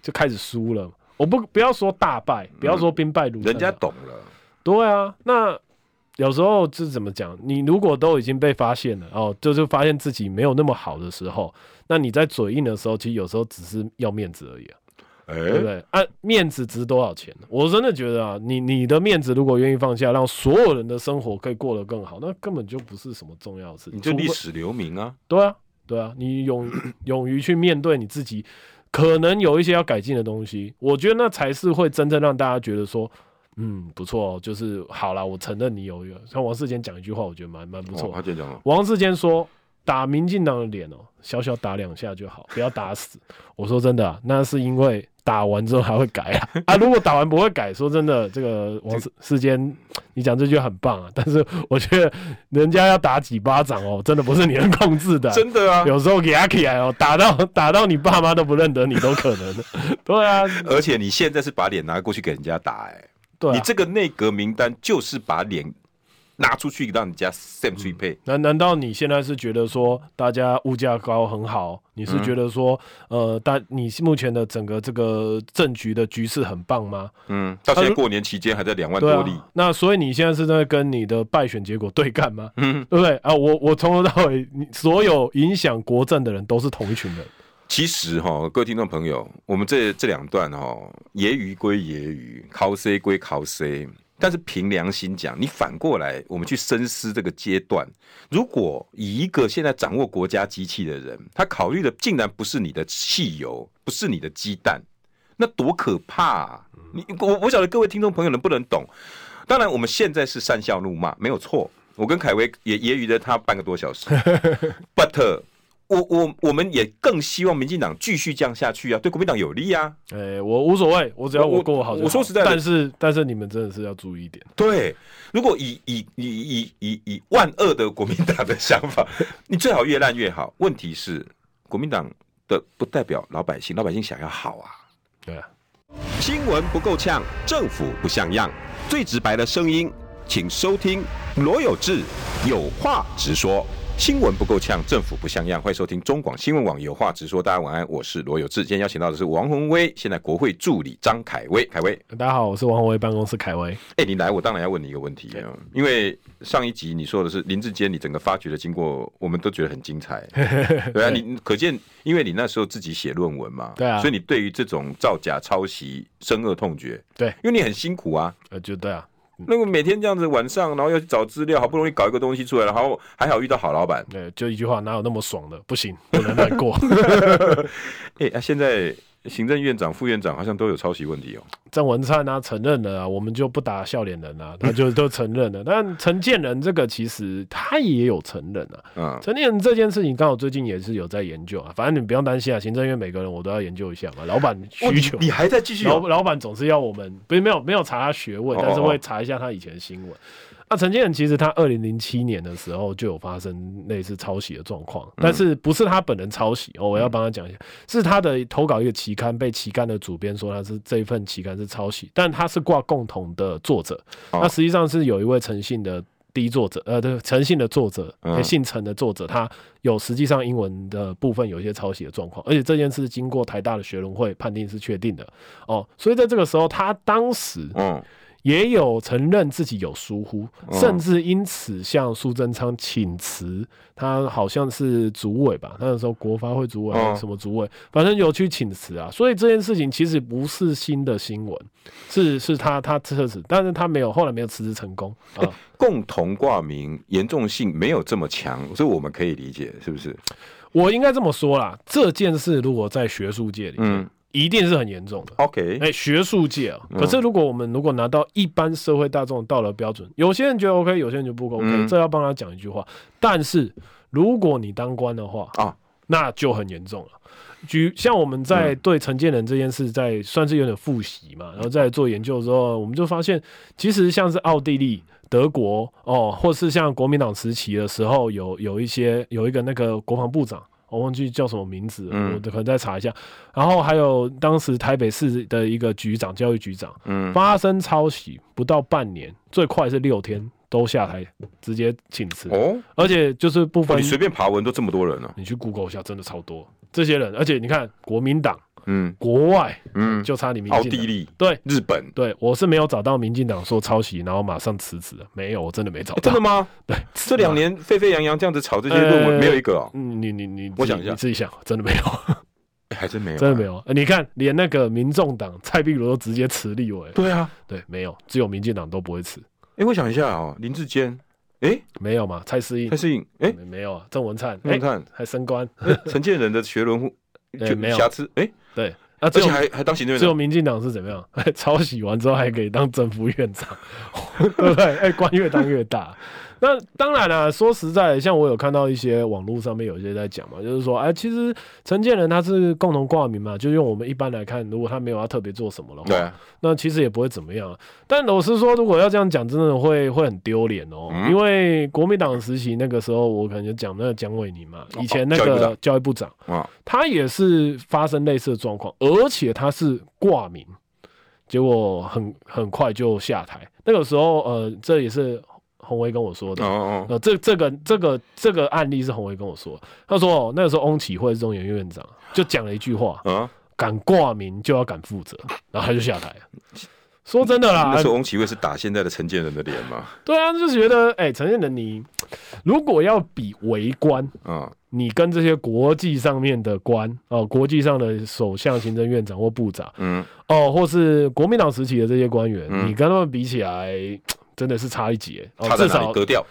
B: 就开始输了。我不不要说大败，不要说兵败如山
A: 嗯
B: 啊、
A: 人家懂了。
B: 对啊，那有时候就是怎么讲？你如果都已经被发现了哦，就是发现自己没有那么好的时候，那你在嘴硬的时候，其实有时候只是要面子而已、啊，
A: 哎、
B: 对不对？啊，面子值多少钱？我真的觉得啊，你你的面子如果愿意放下，让所有人的生活可以过得更好，那根本就不是什么重要的事情。
A: 你就
B: 除非
A: 历史留名啊。
B: 对啊，对啊，你勇勇于去面对你自己，可能有一些要改进的东西，我觉得那才是会真正让大家觉得说，嗯，不错、哦，就是好啦，我承认你有一个。像王世坚讲一句话，我觉得蛮蛮不错
A: 哦他
B: 的。
A: 就讲了，
B: 王世坚说。打民进党的脸哦，小小打两下就好，不要打死。 我说真的、啊，那是因为打完之后还会改 啊啊！如果打完不会改，说真的，这个王世世坚，你讲这句很棒啊， 但是我觉得人家要打几巴掌哦，真的不是你能控制的啊、
A: 真的啊。
B: 有时候给他起来哦，打到打到你爸妈都不认得你都可能。对啊，
A: 而且你现在是把脸拿过去给人家打、哎，
B: 对啊
A: 你这个内阁名单就是把脸拿出去让人家 Sam 去配。
B: 难难道你现在是觉得说大家物价高很好？你是
A: 嗯
B: 觉得说、呃，大你目前的整个这个政局的局势很棒吗？
A: 嗯，到现
B: 他
A: 在
B: 如
A: 过年期间还在两万
B: 对
A: 多例，
B: 啊，那所以你现在是在跟你的败选结果对干 吗？嗯，对不对啊？我我从头到尾，你所有影响国政的人都是同一 群人，
A: 其实哈，各位听众朋友，我们这这两段哈，揶揄归揶揄，考 C 归考 C，但是凭良心讲，你反过来，我们去深思这个阶段，如果以一个现在掌握国家机器的人，他考虑的竟然不是你的汽油，不是你的鸡蛋，那多可怕、啊！你我我晓得各位听众朋友能不能懂？当然，我们现在是善笑怒骂，没有错。我跟凯威也揶揄了他半个多小时，but 呃我我我们也更希望民进党继续这样下去啊，对国民党有利啊。
B: 哎、我无所谓，我只要
A: 我
B: 我过好就好
A: 我说实在的
B: 但是但是你们真的是要注意一点。
A: 对，如果以以以以以以万恶的国民党的想法，你最好越烂越好。问题是，国民党的不代表老百姓，老百姓想要好啊。
B: 对啊，
C: 新闻不够呛，政府不像样，最直白的声音，请收听罗有志有话直说。
A: 新闻不够呛，政府不像样。欢迎收听中广新闻网，有话直说。大家晚安，我是罗有志。今天邀请到的是王宏威，现在国会助理张凯威。凯威，
B: 大家好，我是王宏威办公室凯威。
A: 哎、你来，我当然要问你一个问题啊，因为上一集你说的是林志坚，你整个发掘的经过，我们都觉得很精 彩。对啊，你可见，因为你那时候自己写论文嘛，
B: 对啊
A: 所以你对于这种造假、抄袭深恶痛绝。
B: 对
A: 因为你很辛苦啊，
B: 呃，就对啊，
A: 那个每天这样子晚上，然后要去找资料，好不容易搞一个东西出来，然后还好遇到好老板。
B: 对，呃就一句话，哪有那么爽的？不行，不能难过。
A: 哎、啊现在行政院长、副院长好像都有抄袭问题哦。
B: 郑文灿啊，承认了啊，我们就不打笑脸人啊，他就都承认了。但陈建仁这个其实他也有承认啊，
A: 嗯，
B: 陈建仁这件事情刚好最近也是有在研究啊，反正你不用担心啊，行政院每个人我都要研究一下嘛，老板需求啊
A: 哦。你你还在继续、
B: 老
A: 哦？
B: 老板总是要我们，不是没有没有查他学问
A: 哦，
B: 但是会查一下他以前的新闻。那陈建仁其实他二零零七年的时候就有发生类似抄袭的状况，
A: 嗯
B: 但是不是他本人抄袭哦，我要帮他讲一下，是他的投稿一个期刊被期刊的主编说他是这一份期刊是抄袭，但他是挂共同的作者，
A: 哦
B: 那实际上是有一位诚信的。第一作者，呃，对，诚信的作者，
A: 嗯
B: 姓陈的作者，他有实际上英文的部分有一些抄袭的状况，而且这件事经过台大的学伦会判定是确定的哦，所以在这个时候，他当时
A: 嗯，
B: 也有承认自己有疏忽，
A: 嗯
B: 甚至因此向苏贞昌请辞。他好像是主委吧，那时候国发会主委还
A: 嗯
B: 是什么主委，反正有去请辞啊。所以这件事情其实不是新的新闻，是是他他撤职，但是他没有后来没有辞职成功啊。
A: 共同挂名严重性没有这么强，所以我们可以理解，是不是？
B: 我应该这么说啦，这件事如果在学术界里面，
A: 嗯
B: 一定是很严重的。
A: ，OK，
B: 哎、学术界啊、
A: 嗯
B: 可是如果我们如果拿到一般社会大众的道德标准，有些人觉得 OK，有些人就不 OK，、
A: 嗯
B: 这要帮他讲一句话。但是如果你当官的话，
A: 啊，
B: 那就很严重了。举像我们
A: 嗯
B: 在对陈建仁这件事在算是有点复习嘛，然后再做研究之后，我们就发现，其实像是奥地利、德国哦，或是像国民党时期的时候，有有一些有一个那个国防部长。我忘记叫什么名字了，
A: 嗯
B: 我可能再查一下。然后还有当时台北市的一个局长，教育局长，
A: 嗯
B: 发生抄袭不到半年，最快是六天都下台，直接请辞，
A: 哦，
B: 而且就是不
A: 哦
B: 分
A: 你随便爬文都这么多人了、哦
B: 你去 Google 一下，真的超多这些人，而且你看国民党、
A: 嗯
B: 国外
A: 嗯，
B: 就差你民
A: 奥
B: 进
A: 地
B: 党。
A: 利、
B: 对
A: 日本，
B: 对，我是没有找到民进党说抄袭，然后马上辞职的，没有，我真的没找
A: 诶
B: 到。
A: 哎真的吗？
B: 对，
A: 这两年沸沸扬扬这样子炒这些论文，
B: 呃
A: 没有一个哦，
B: 嗯，你你你，
A: 我想一下
B: 你自己想，真的没有，
A: 诶还真没有，
B: 真的没。有。呃你看，连那个民众党蔡壁如都直接辞立委，
A: 对啊，
B: 对，没有，只有民进党都不会辞，
A: 哎，我想一下哦，林志坚，哎，
B: 没有嘛？蔡思应
A: 蔡世颖，哎，
B: 没没有啊？郑文灿，
A: 你
B: 哎，
A: 看哎
B: 还升官，
A: 陈建仁的学伦户
B: 呃
A: 就
B: 没有
A: 瑕疵，哎，
B: 对，啊，
A: 而
B: 只
A: 且
B: 有
A: 还还当行政院
B: 只有
A: 长，
B: 民进党是怎么样？ 抄袭完之后还可以当政府院长， 对不对？哎、官越当越大。 那当然啦、说实在的，像我有看到一些网络上面有一些在讲嘛，就是说，哎、其实陈建仁他是共同挂名嘛，就用我们一般来看，如果他没有要特别做什么的
A: 对
B: 话，
A: 啊，
B: 那其实也不会怎么样啊。但老实说，如果要这样讲，真的会会很丢脸哦，
A: 嗯
B: 因为国民党时期那个时候，我可能就讲那个蒋伟宁嘛，以前那
A: 哦教育部
B: 个
A: 长
B: 教育部长。
A: 啊，
B: 他也是发生类似的状况，而且他是挂名，结果很很快就下台。那个时候，呃，这也是洪威跟我说的。
A: 哦哦，
B: 呃，这这个这个这个案例是洪威跟我说，他说哦，那个时候翁启惠是中研院院长，就讲了一句话：
A: 啊，
B: 敢挂名就要敢 负责，然后他就下台了。说真的啦
A: 啊那，时候翁奇惠是打现在的陈建仁的脸嘛？
B: 对啊，就是觉得，哎、陈建仁，你如果要比为官，
A: 啊，
B: 你跟这些国际上面的官哦、国际上的首相、行政院长或部长
A: 嗯，
B: 哦、或是国民党时期的这些官员，
A: 嗯
B: 你跟他们比起来，真的是差一截。哦、
A: 差在
B: 至
A: 哪里？
B: 少
A: 格调，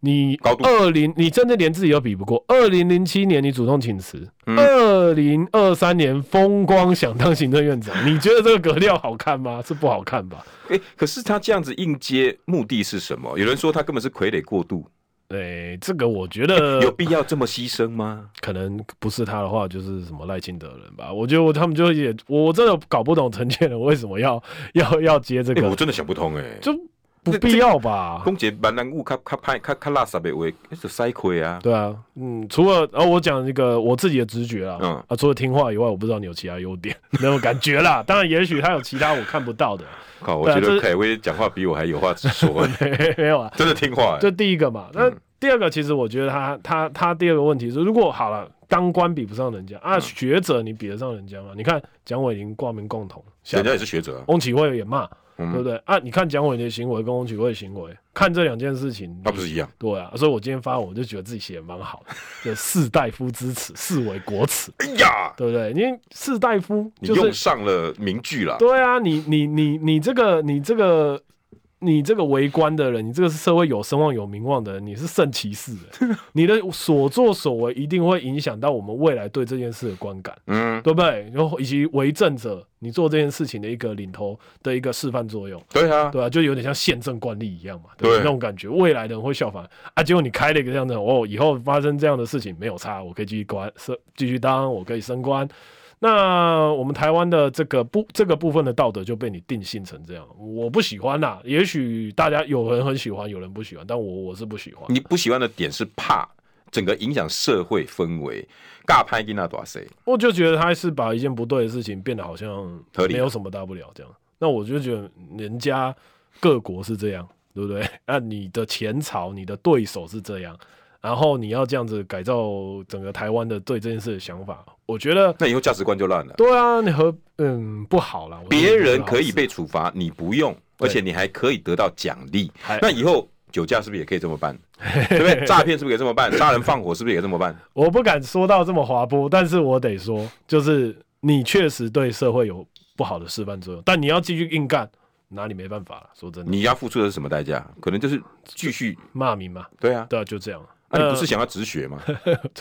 B: 你
A: 高度
B: 二零，你真的连自己都比不过。二零零七年你主动请辞，
A: 嗯
B: 二零二三年风光想当行政院长，你觉得这个格调好看吗？是不好看吧？
A: 哎、可是他这样子应接，目的是什么？有人说他根本是傀儡过度，
B: 哎、这个我觉得
A: 哎有必要这么牺牲吗？
B: 可能不是他的话，就是什么赖清德人吧。我觉得我他们就也，我真的搞不懂陈建仁为什么要要要接这
A: 哎、
B: 个，
A: 我真的想不通哎、
B: 就不必要吧。
A: 公姐蛮难误，他他派他他拉萨北为是塞亏啊。
B: 对啊，嗯，除了呃，我讲那个我自己的直觉啦，
A: 嗯
B: 啊，除了听话以外，我不知道你有其他优点， 那种感觉啦。当然，也许他有其他我看不到的，
A: 靠，我
B: 对啊
A: 觉
B: 这
A: 得凯威讲话比我还有话直 说、欸
B: 没有啊。
A: 真的听话、欸。
B: 这第一个嘛，那第二个其实我觉得他他他第二个问题是，如果好了，当官比不上人家
A: 嗯
B: 啊，学者你比得上人家吗？你看蒋伟林挂名共同，
A: 人家也是学者、啊，
B: 翁启慧也骂，
A: 嗯
B: 对不对啊？你看蒋伟的行为跟翁启慧的行为，看这两件事情，
A: 那不是一样？
B: 对啊？所以我今天发文，我就觉得自己写的蛮好 的，就士大夫之耻，视为国耻，
A: 哎呀，
B: 对不对？因为士大夫
A: 你
B: 就
A: 用
B: 是
A: 上了名句了。
B: 对啊，你你你你这个你这个。你这个为官的人，你这个是社会有声望、有名望的人，你是圣骑士 的，你的所作所为一定会影响到我们未来对这件事的观感。
A: 嗯，
B: 对不对？然后以及为政者，你做这件事情的一个领头的一个示范作用，
A: 对啊，
B: 对吧、就有点像宪政惯例一样嘛，对不
A: 对
B: 那种感觉，未来的人会效仿啊。结果你开了一个这样的，哦，以后发生这样的事情没有差，我可以继续官升，继续当，我可以升官。那我们台湾的这个部这个部分的道德就被你定性成这样，我不喜欢啦。也许大家有人很喜欢，有人不喜欢，但我我是不喜欢。
A: 你不喜欢的点是怕整个影响社会氛围，尬拍给那多谁？
B: 我就觉得他是把一件不对的事情变得好像
A: 合理啊
B: 没有什么大不了这样。那我就觉得人家各国是这样，对不对？ 那你的前朝、你的对手是这样，然后你要这样子改造整个台湾的对这件事的想法，我觉得
A: 那以后价值观就烂了。
B: 对啊，你和嗯不好啦。我觉得
A: 别人
B: 不好
A: 可以
B: 事
A: 被处罚，你不用，
B: 对哎
A: 而且你还可以得到奖励
B: 还。
A: 那以后酒驾是不是也可以这么办？对不对？诈骗是不是也这么办？杀人放火是不是也这么办？
B: 我不敢说到这么滑坡，但是我得说，就是你确实对社会有不好的示范作用，但你要继续硬干，拿你没办法了。说真的，
A: 你要付出的是什么代价？可能就是继续
B: 骂名嘛，
A: 对啊。
B: 对啊，就这样。
A: 那、你
B: 呃
A: 不是想要止血吗？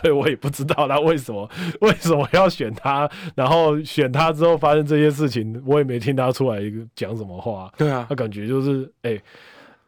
B: 对我也不知道他为什么为什么要选他，然后选他之后发生这些事情，我也没听他出来讲什么话，
A: 对啊
B: 他，感觉就是哎。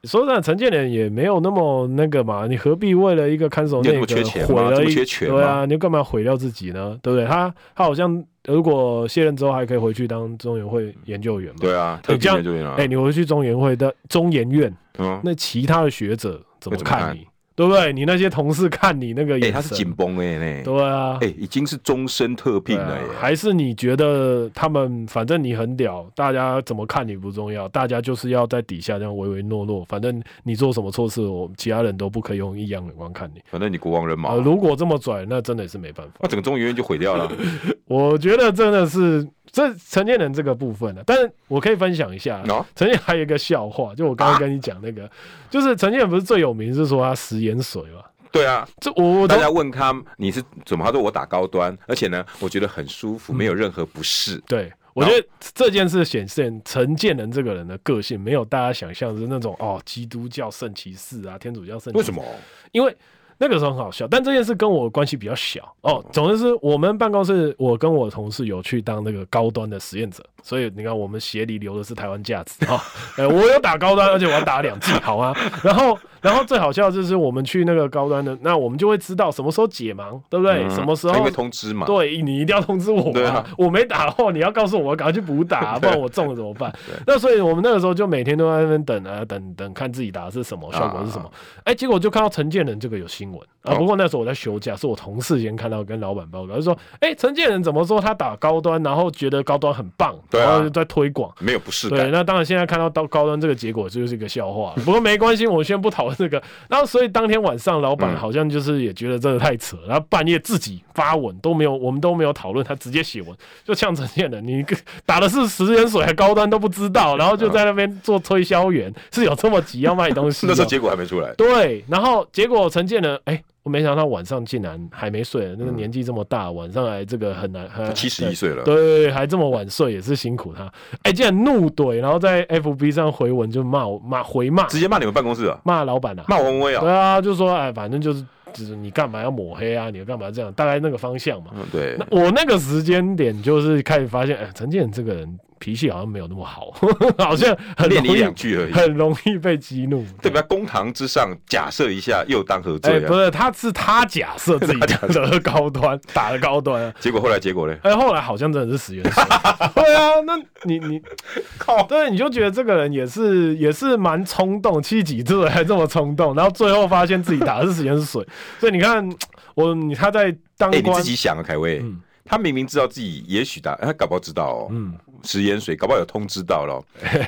B: 说真的，陈建仁也没有那么那个嘛，你何必为了一个看守
A: 你
B: 内
A: 有这么缺
B: 阁
A: 钱吗
B: 毁了
A: 这么
B: 一
A: 缺钱吗
B: 对啊，你干嘛毁掉自己呢？对不对？他他好像如果卸任之后还可以回去当中研会研究员嘛。
A: 对 啊，特
B: 你这
A: 别
B: 样
A: 就啊，
B: 哎、你回去中研会的中研院，
A: 嗯，
B: 那其他的学者怎
A: 会
B: 么
A: 怎么
B: 看
A: 看
B: 你？对不对？你那些同事看你那个
A: 哎、
B: 眼神，
A: 他是紧绷哎呢，
B: 对啊，
A: 哎、已经是终身特聘
B: 对
A: 了
B: 啊
A: 耶。
B: 还是你觉得他们反正你很屌，大家怎么看你不重要，大家就是要在底下这样唯唯诺诺，反正你做什么错事，我其他人都不可以用异样眼光看你。
A: 反正你国王人马，
B: 呃，
A: 那、
B: 如果这么拽，那真的是没办法。
A: 整个中研院就毁掉了。
B: 我觉得真的是这成年人这个部分呢、啊但是我可以分享一下啊，
A: 哦
B: 陈建还有一个笑话，就我刚刚跟你讲那
A: 啊
B: 个，就是陈建不是最有名是说他食盐水嘛？
A: 对啊，
B: 这我我都
A: 大家问他你是怎么，他说我打高端，而且呢，我觉得很舒服，没有任何不适。
B: 对，我觉得这件事显现陈建仁这个人的个性，没有大家想象是那种哦，基督教圣骑士啊，天主教圣骑士
A: 为什么？？
B: 因为那个时候很好笑，但这件事跟我关系比较小哦。总之是我们办公室，我跟我同事有去当那个高端的实验者，所以你看我们协理留的是台湾价值啊。 哎、我有打高端，而且我要打两剂，好吗？然后，然后最好笑的就是我们去那个高端的，那我们就会知道什么时候解盲，对不对？
A: 嗯
B: 什么时
A: 他因
B: 候
A: 为通知嘛。
B: 对你一定要通知我、
A: 对
B: 啊，
A: 啊
B: 我没打的话，你要告诉我，我赶快去补打、啊不然我中了怎么办？那所以我们那个时候
A: 啊
B: 就每天都在那边等啊，等等看自己打的是什么，效果是什么。哎、结果就看到陈建仁这个有新新闻
A: 哦
B: 啊。不过那时候我在休假，是我同事先看到跟老板报告，就说：“哎、陈建仁怎么说他打高端，然后觉得高端很棒，
A: 对啊
B: 然后就在推广。”
A: 没有不适
B: 对，
A: 感。
B: 那当然现在看到到高端这个结果，这就是一个笑话了。不过没关系，我们先不讨论这个。 然后所以当天晚上，老板
A: 嗯
B: 好像就是也觉得真的太扯，然后半夜自己发文都没有，我们都没有讨论，他直接写文，就呛陈建仁，你个打的是食盐水还高端都不知道，然后就在那边做推销员，是有这么急要卖东西、哦？
A: 那时候结果还没出来，
B: 对，然后结果陈建仁，哎、我没想到晚上竟然还没睡，那个年纪这么大，晚上还这个很难，很
A: 嗯七十一岁了，
B: 对，还这么晚睡也是辛苦他。哎、竟然怒怼，然后在 FB 上回文就骂我骂回骂
A: 直接骂你们办公室啊，
B: 骂老板啊，
A: 骂王威
B: 对
A: 啊，
B: 啊，就说哎，反正就是就是你干嘛要抹黑啊，你干嘛这样，大概那个方向嘛。
A: 嗯对
B: 那，我那个时间点就是开始发现，哎、陈建仁这个人脾气好像没有那么好， 好像很
A: 练
B: 容
A: 你两
B: 易
A: 句而已，
B: 很容易被激怒。
A: 对吧？公堂之上，假设一下又当何罪
B: 哎、不
A: 啊？
B: 是，他是他假设自己
A: 他假设
B: 得高端，打的高端、啊。
A: 结果后来结果嘞？
B: 哎、后来好像真的是十元 水。对啊，那你你
A: 靠！
B: 对，你就觉得这个人也是也是蛮冲动，七十几岁还这么冲动，然后最后发现自己打的是时间是水，所以你看我你他在当
A: 哎，你
B: 官
A: 自，己想啊，凯威，他明明知道自己也许打，他搞不好知道哦，
B: 嗯，
A: 食盐水，搞不好有通知到 了哦。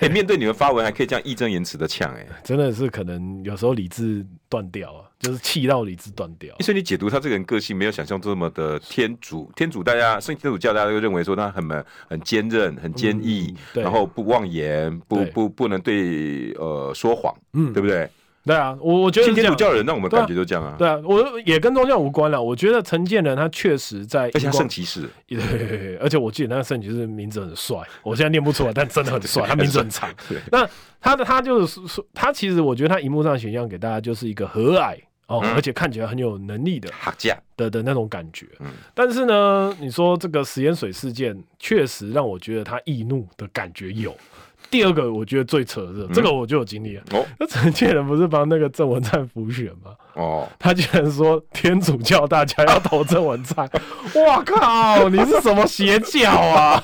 A: 哎，面对你们发文还可以这样义正言辞的呛，哎，
B: 真的是可能有时候理智断掉啊，就是气到理智断掉。
A: 所以你解读他这个人个性没有想象中这么的天主，天主大家圣天主教大家都认为说他很呃很坚韧、很坚毅，
B: 嗯对
A: 然后不妄言，不
B: 对
A: 不不能对呃说谎，
B: 嗯
A: 对不对？
B: 对啊，我我觉得
A: 信
B: 是这
A: 天主
B: 样。
A: 教的人让我们
B: 对啊
A: 感觉都这样啊，
B: 对啊，我也跟宗教无关了。我觉得陈建仁他确实在
A: 而且
B: 荧
A: 他
B: 光
A: 圣骑士，
B: 对对 对对而且我记得那个圣女就是名字很帅，我现在念不出来，但真的很 帅，他名字很长
A: 对。
B: 那他的他就是说，他其实我觉得他荧幕上的形象给大家就是一个和蔼哦，
A: 嗯
B: 而且看起来很有能力的
A: 哈架，
B: 的的那种感觉。
A: 嗯
B: 但是呢，你说这个食盐水事件确实让我觉得他易怒的感觉有。第二个，我觉得最扯的是，这个我就有经历了。
A: 哦
B: 那陈建仁不是帮那个郑文灿辅选吗？
A: 哦，
B: 他竟然说天主教大家要投郑文灿， 哇靠！你是什么邪教啊？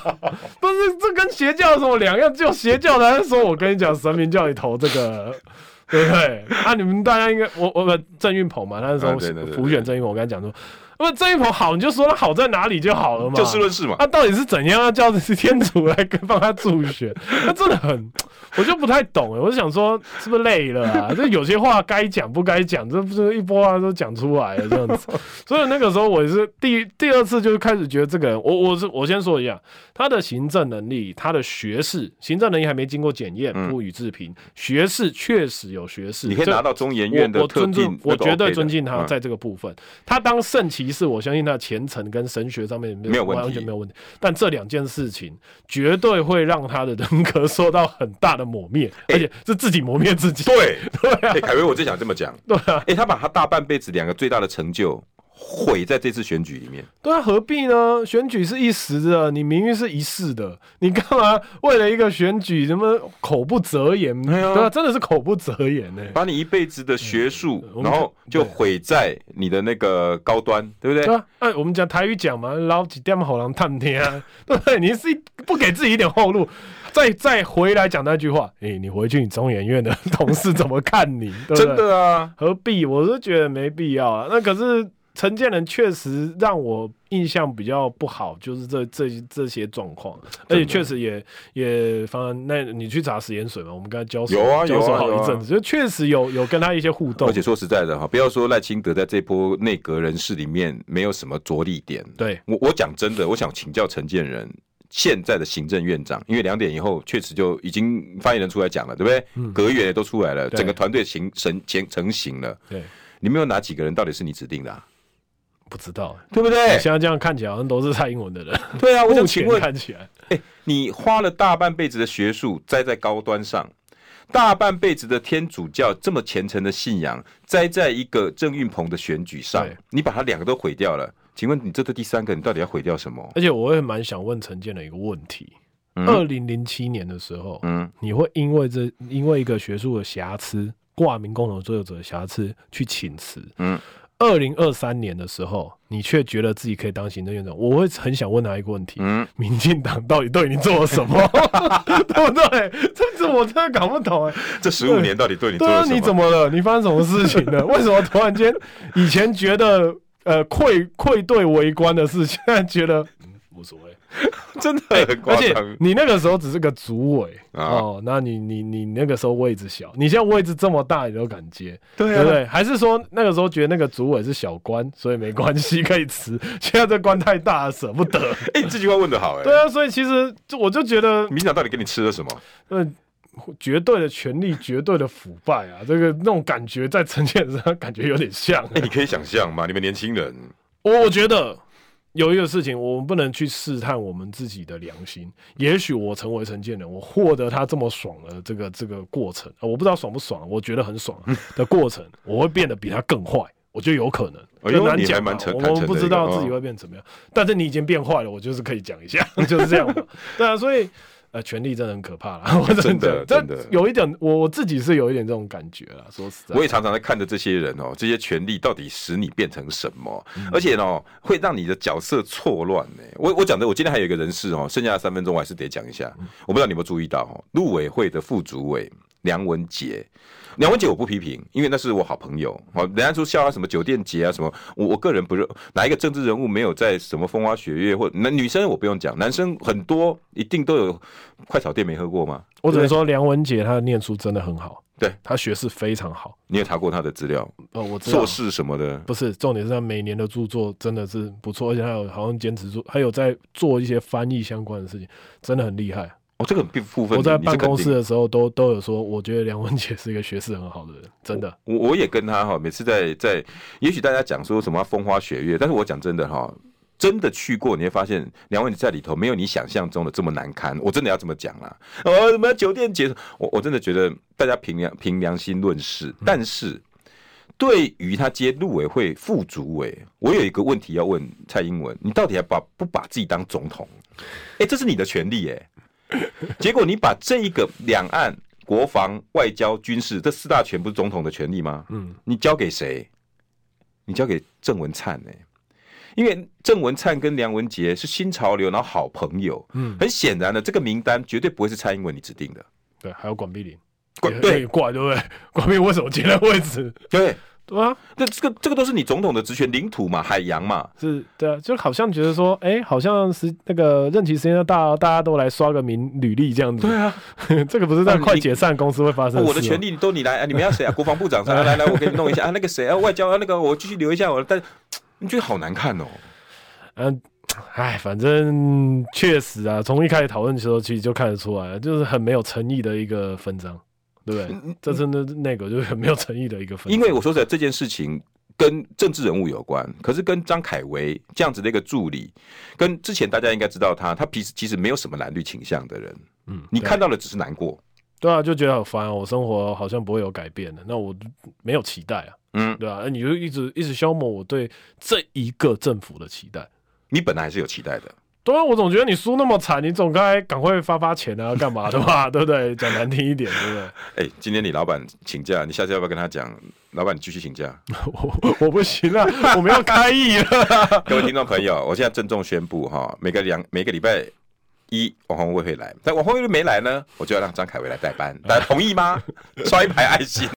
B: 不是，这跟邪教有什么两样？就邪教的还是说我跟你讲，神明叫你投这个， 对不对？啊，你们大家应该，我我们郑运鹏嘛，那时候
A: 啊对对对对
B: 浮选郑运鹏，我跟他讲说，那么郑运鹏好，你就说他好在哪里就好了嘛，
A: 就事论事嘛。
B: 他到底是怎样要叫天主来跟帮他助选？ 他真的很，我就不太懂哎，我就想说是不是累了 啊？这有些话该讲不该讲，这不是一波啊都讲出来了这样子。所以那个时候我也是第一第二次就开始觉得这个人，我我是我先说一下他的行政能力，他的学识，行政能力还没经过检验，
A: 嗯
B: 不予置评。学识确实有学识，
A: 你可以
B: 这
A: 拿到中研院
B: 我
A: 的
B: 我
A: 特
B: 尊
A: 定
B: 重，，我
A: 那个 OK
B: 绝
A: 的
B: 对尊敬他
A: 嗯
B: 在这个部分。他当圣骑士，我相信他的虔诚跟神学上面
A: 没有问题
B: 完全没有问题。但这两件事情绝对会让他的人格受到很大的磨灭，而且是自己磨灭自己。
A: 对，
B: 对啊
A: 哎，凯威，我正想这么讲，
B: 对啊，
A: 哎，他把他大半辈子两个最大的成就毁在这次选举里面，
B: 对啊，何必呢？选举是一时的，你名誉是一世的，你干嘛为了一个选举什么口不择言？
A: 哎呀
B: 对啊，真的是口不择言呢、
A: 把你一辈子的学术
B: 嗯我，们
A: 然后就
B: 对
A: 毁在你的那个高端，对不
B: 对
A: 对？
B: 啊，哎，我们讲台语讲嘛，捞几点好狼探听啊， 对不对？你是不给自己一点后路，再再回来讲那句话，哎、你回去你中研院的同事怎么看你？ 对不对
A: 真，的啊，
B: 何必？我是觉得没必要啊。那可是陈建仁确实让我印象比较不好，就是这这这些状况，而且确实也也，反正那你去查食盐水嘛，我们跟他交手
A: 有啊有
B: 交
A: 啊
B: 手好
A: 有啊
B: 一阵子，就确实有有跟他一些互动
A: 而，且说实在的哈，不要说赖清德在这波内阁人士里面没有什么着力点。
B: 对，
A: 我我讲真的，我想请教陈建仁现在的行政院长，因为两点以后确实就已经发言人出来讲了，对不对？阁员也都出来了，
B: 嗯对
A: 整个团队形成成成型了。
B: 对，
A: 你们有哪几个人到底是你指定的、啊？
B: 不知道、
A: 对不
B: 欸。
A: 对？
B: 现在这样看起来好像都是蔡英文的人。
A: 对哎啊，我
B: 目
A: 想请
B: 前
A: 问，
B: 看起来，
A: 哎、你花了大半辈子的学术栽在高端上，大半辈子的天主教这么虔诚的信仰栽在一个郑运鹏的选举上
B: 对，
A: 你把他两个都毁掉了。请问你这对第三个，你到底要毁掉什么？
B: 而且我也蛮想问陈建的一个问题：二
A: 嗯
B: 零零七年的时候，
A: 嗯，
B: 你会因为这因为一个学术的瑕疵，挂名共同作者的瑕疵去请辞？
A: 嗯，
B: 二零二三年的时候，你却觉得自己可以当行政院长，我会很想问他一个问题：
A: 嗯，
B: 民进党到底对你做了什么？ 对不对？这这我真的搞不懂哎、
A: 这十五年到底对你做
B: 对
A: 了
B: 啊，
A: 什么？
B: 你怎么了？你发生什么事情 了？为什么突然间以前觉得呃愧愧对为官的事，现在觉得、嗯、无所谓？
A: 真的 很
B: 而
A: 夸
B: 且
A: 张？
B: 你那个时候只是个主委
A: 啊
B: 哦，那你你你那个时候位置小，你现在位置这么大，你都敢接，
A: 对
B: 对不
A: 啊，
B: 对？还是说那个时候觉得那个主委是小官，所以没关系可以辞，现在这官太大了，舍 不得。
A: 哎，你这句话问的好，哎，
B: 对啊，所以其实就我就觉得，
A: 民进党到底给你吃了什么？
B: 呃，绝对的权力，绝对的腐败啊，这个那种感觉在陈建仁身上感觉有点像、
A: 哎，你可以想象吗？你们年轻人，
B: 我觉得有一个事情，我们不能去试探我们自己的良心。也许我成为陈建仁，我获得他这么爽的这个这个过程、呃我不知道爽不爽，我觉得很 爽的过程，我会变得比他更坏。我觉得有可能，
A: 哎呦
B: 很难
A: 你还
B: 讲嘛啊
A: 蛮诚
B: 我
A: 坦诚
B: 们不
A: 的
B: 知
A: 一个
B: 道
A: 哦
B: 自己会变怎么样。但是你已经变坏了，我就是可以讲 一下，就是这样嘛。对啊，所以呃，权力真的很可怕啦，我
A: 真的
B: 的这
A: 真的
B: 有一点，我我自己是有一点这种感觉啦。说实在
A: 我，也常常在看着这些人哦，这些权利到底使你变成什么，
B: 嗯
A: 而且呢，会让你的角色错乱呢。我我讲的，我今天还有一个人事哦，剩下的三分钟我还是得讲一下。
B: 嗯
A: 我不知道你有没有注意到哦，陆委会的副主委梁文杰，梁文杰我不批评，因为那是我好朋友。好，人家说笑他什么酒店节啊什么，我我个人不认哪一个政治人物没有在什么风花雪月或那女生我不用讲，男生很多一定都有快炒店没喝过吗？
B: 我只能说梁文杰他的念书真的很好，
A: 对
B: 他学识非常好。
A: 你有查过他的资料，
B: 呃，我知道
A: 硕，士什么的。
B: 不是重点是他每年的著作真的是不错，而且还有好像坚持做，还有在做一些翻译相关的事情，真的很厉害。
A: 哦，这个部分
B: 我在
A: 你是
B: 办公
A: 肯定
B: 室的时候都都有说，我觉得梁文杰是一个学识很好的人，真的。
A: 我我也跟他哈，每次在在，也许大家讲说什么风花雪月，但是我讲真的哈，真的去过，你会发现梁文杰在里头没有你想象中的这么难堪。我真的要这么讲啦，哦，什么酒店节，我我真的觉得大家凭良凭良心论事，
B: 嗯
A: 但是。对于他接陆委会副主委，我有一个问题要问蔡英文：你到底还把不把自己当总统？哎，这是你的权利哎、结果你把这一个两岸、国防、外交、军事这四大权不是总统的权利吗？
B: 嗯，
A: 你交给谁？你交给郑文灿呢、因为郑文灿跟梁文杰是新潮流，然后好朋友。
B: 嗯
A: 很显然的，这个名单绝对不会是蔡英文你指定的。
B: 对，还有管碧玲，
A: 管
B: 也
A: 对
B: 也怪对 不对？管碧玲为什么接那位置？
A: 对，
B: 对啊，
A: 这这个这个都是你总统的职权，领土嘛，海洋嘛。
B: 是，对啊，就好像觉得说，哎，好像是那个任期时间要到了，大家都来刷个名履历这样子。
A: 啊，
B: 这个不是在
A: 哦你哦
B: 快解散公司会发生
A: 我的
B: 事吗
A: 权利都你来，啊、你们要 谁啊？国防部长说、啊、来来，我给你弄一下啊，那个谁啊，外交啊，那个我继续留一下我，但你觉得好难看哦。
B: 嗯，哎，反正确实啊，从一开始讨论的时候，其实就看得出来，就是很没有诚意的一个分章，对不对？这真的那个就是很没有诚意的一个分章。
A: 嗯因为我说实在，这件事情跟政治人物有关，可是跟张凯维这样子的一个助理，跟之前大家应该知道他，他其实其实没有什么蓝绿倾向的人，
B: 嗯，
A: 你
B: 对
A: 看到了只是难过，
B: 对啊，就觉得好烦、哦，我生活好像不会有改变的，那我没有期待啊，
A: 嗯，
B: 对啊，那你就一直一直消磨我对这一个政府的期待。
A: 你本来还是有期待的，
B: 对啊，我总觉得你输那么惨，你总该赶快发发钱啊，干嘛的 吧，对不对？讲难听一点，对不对？
A: 哎、今天你老板请假，你下次要不要跟他讲，老板你继续请 假？
B: 我我不行了，我们要开议啊了。
A: 各位听众朋友，我现在郑重宣布哈，每个两每个礼拜一王 宏卫会来，但王宏卫没来呢，我就要让张凯维来代班，大家同意吗？刷一排爱心。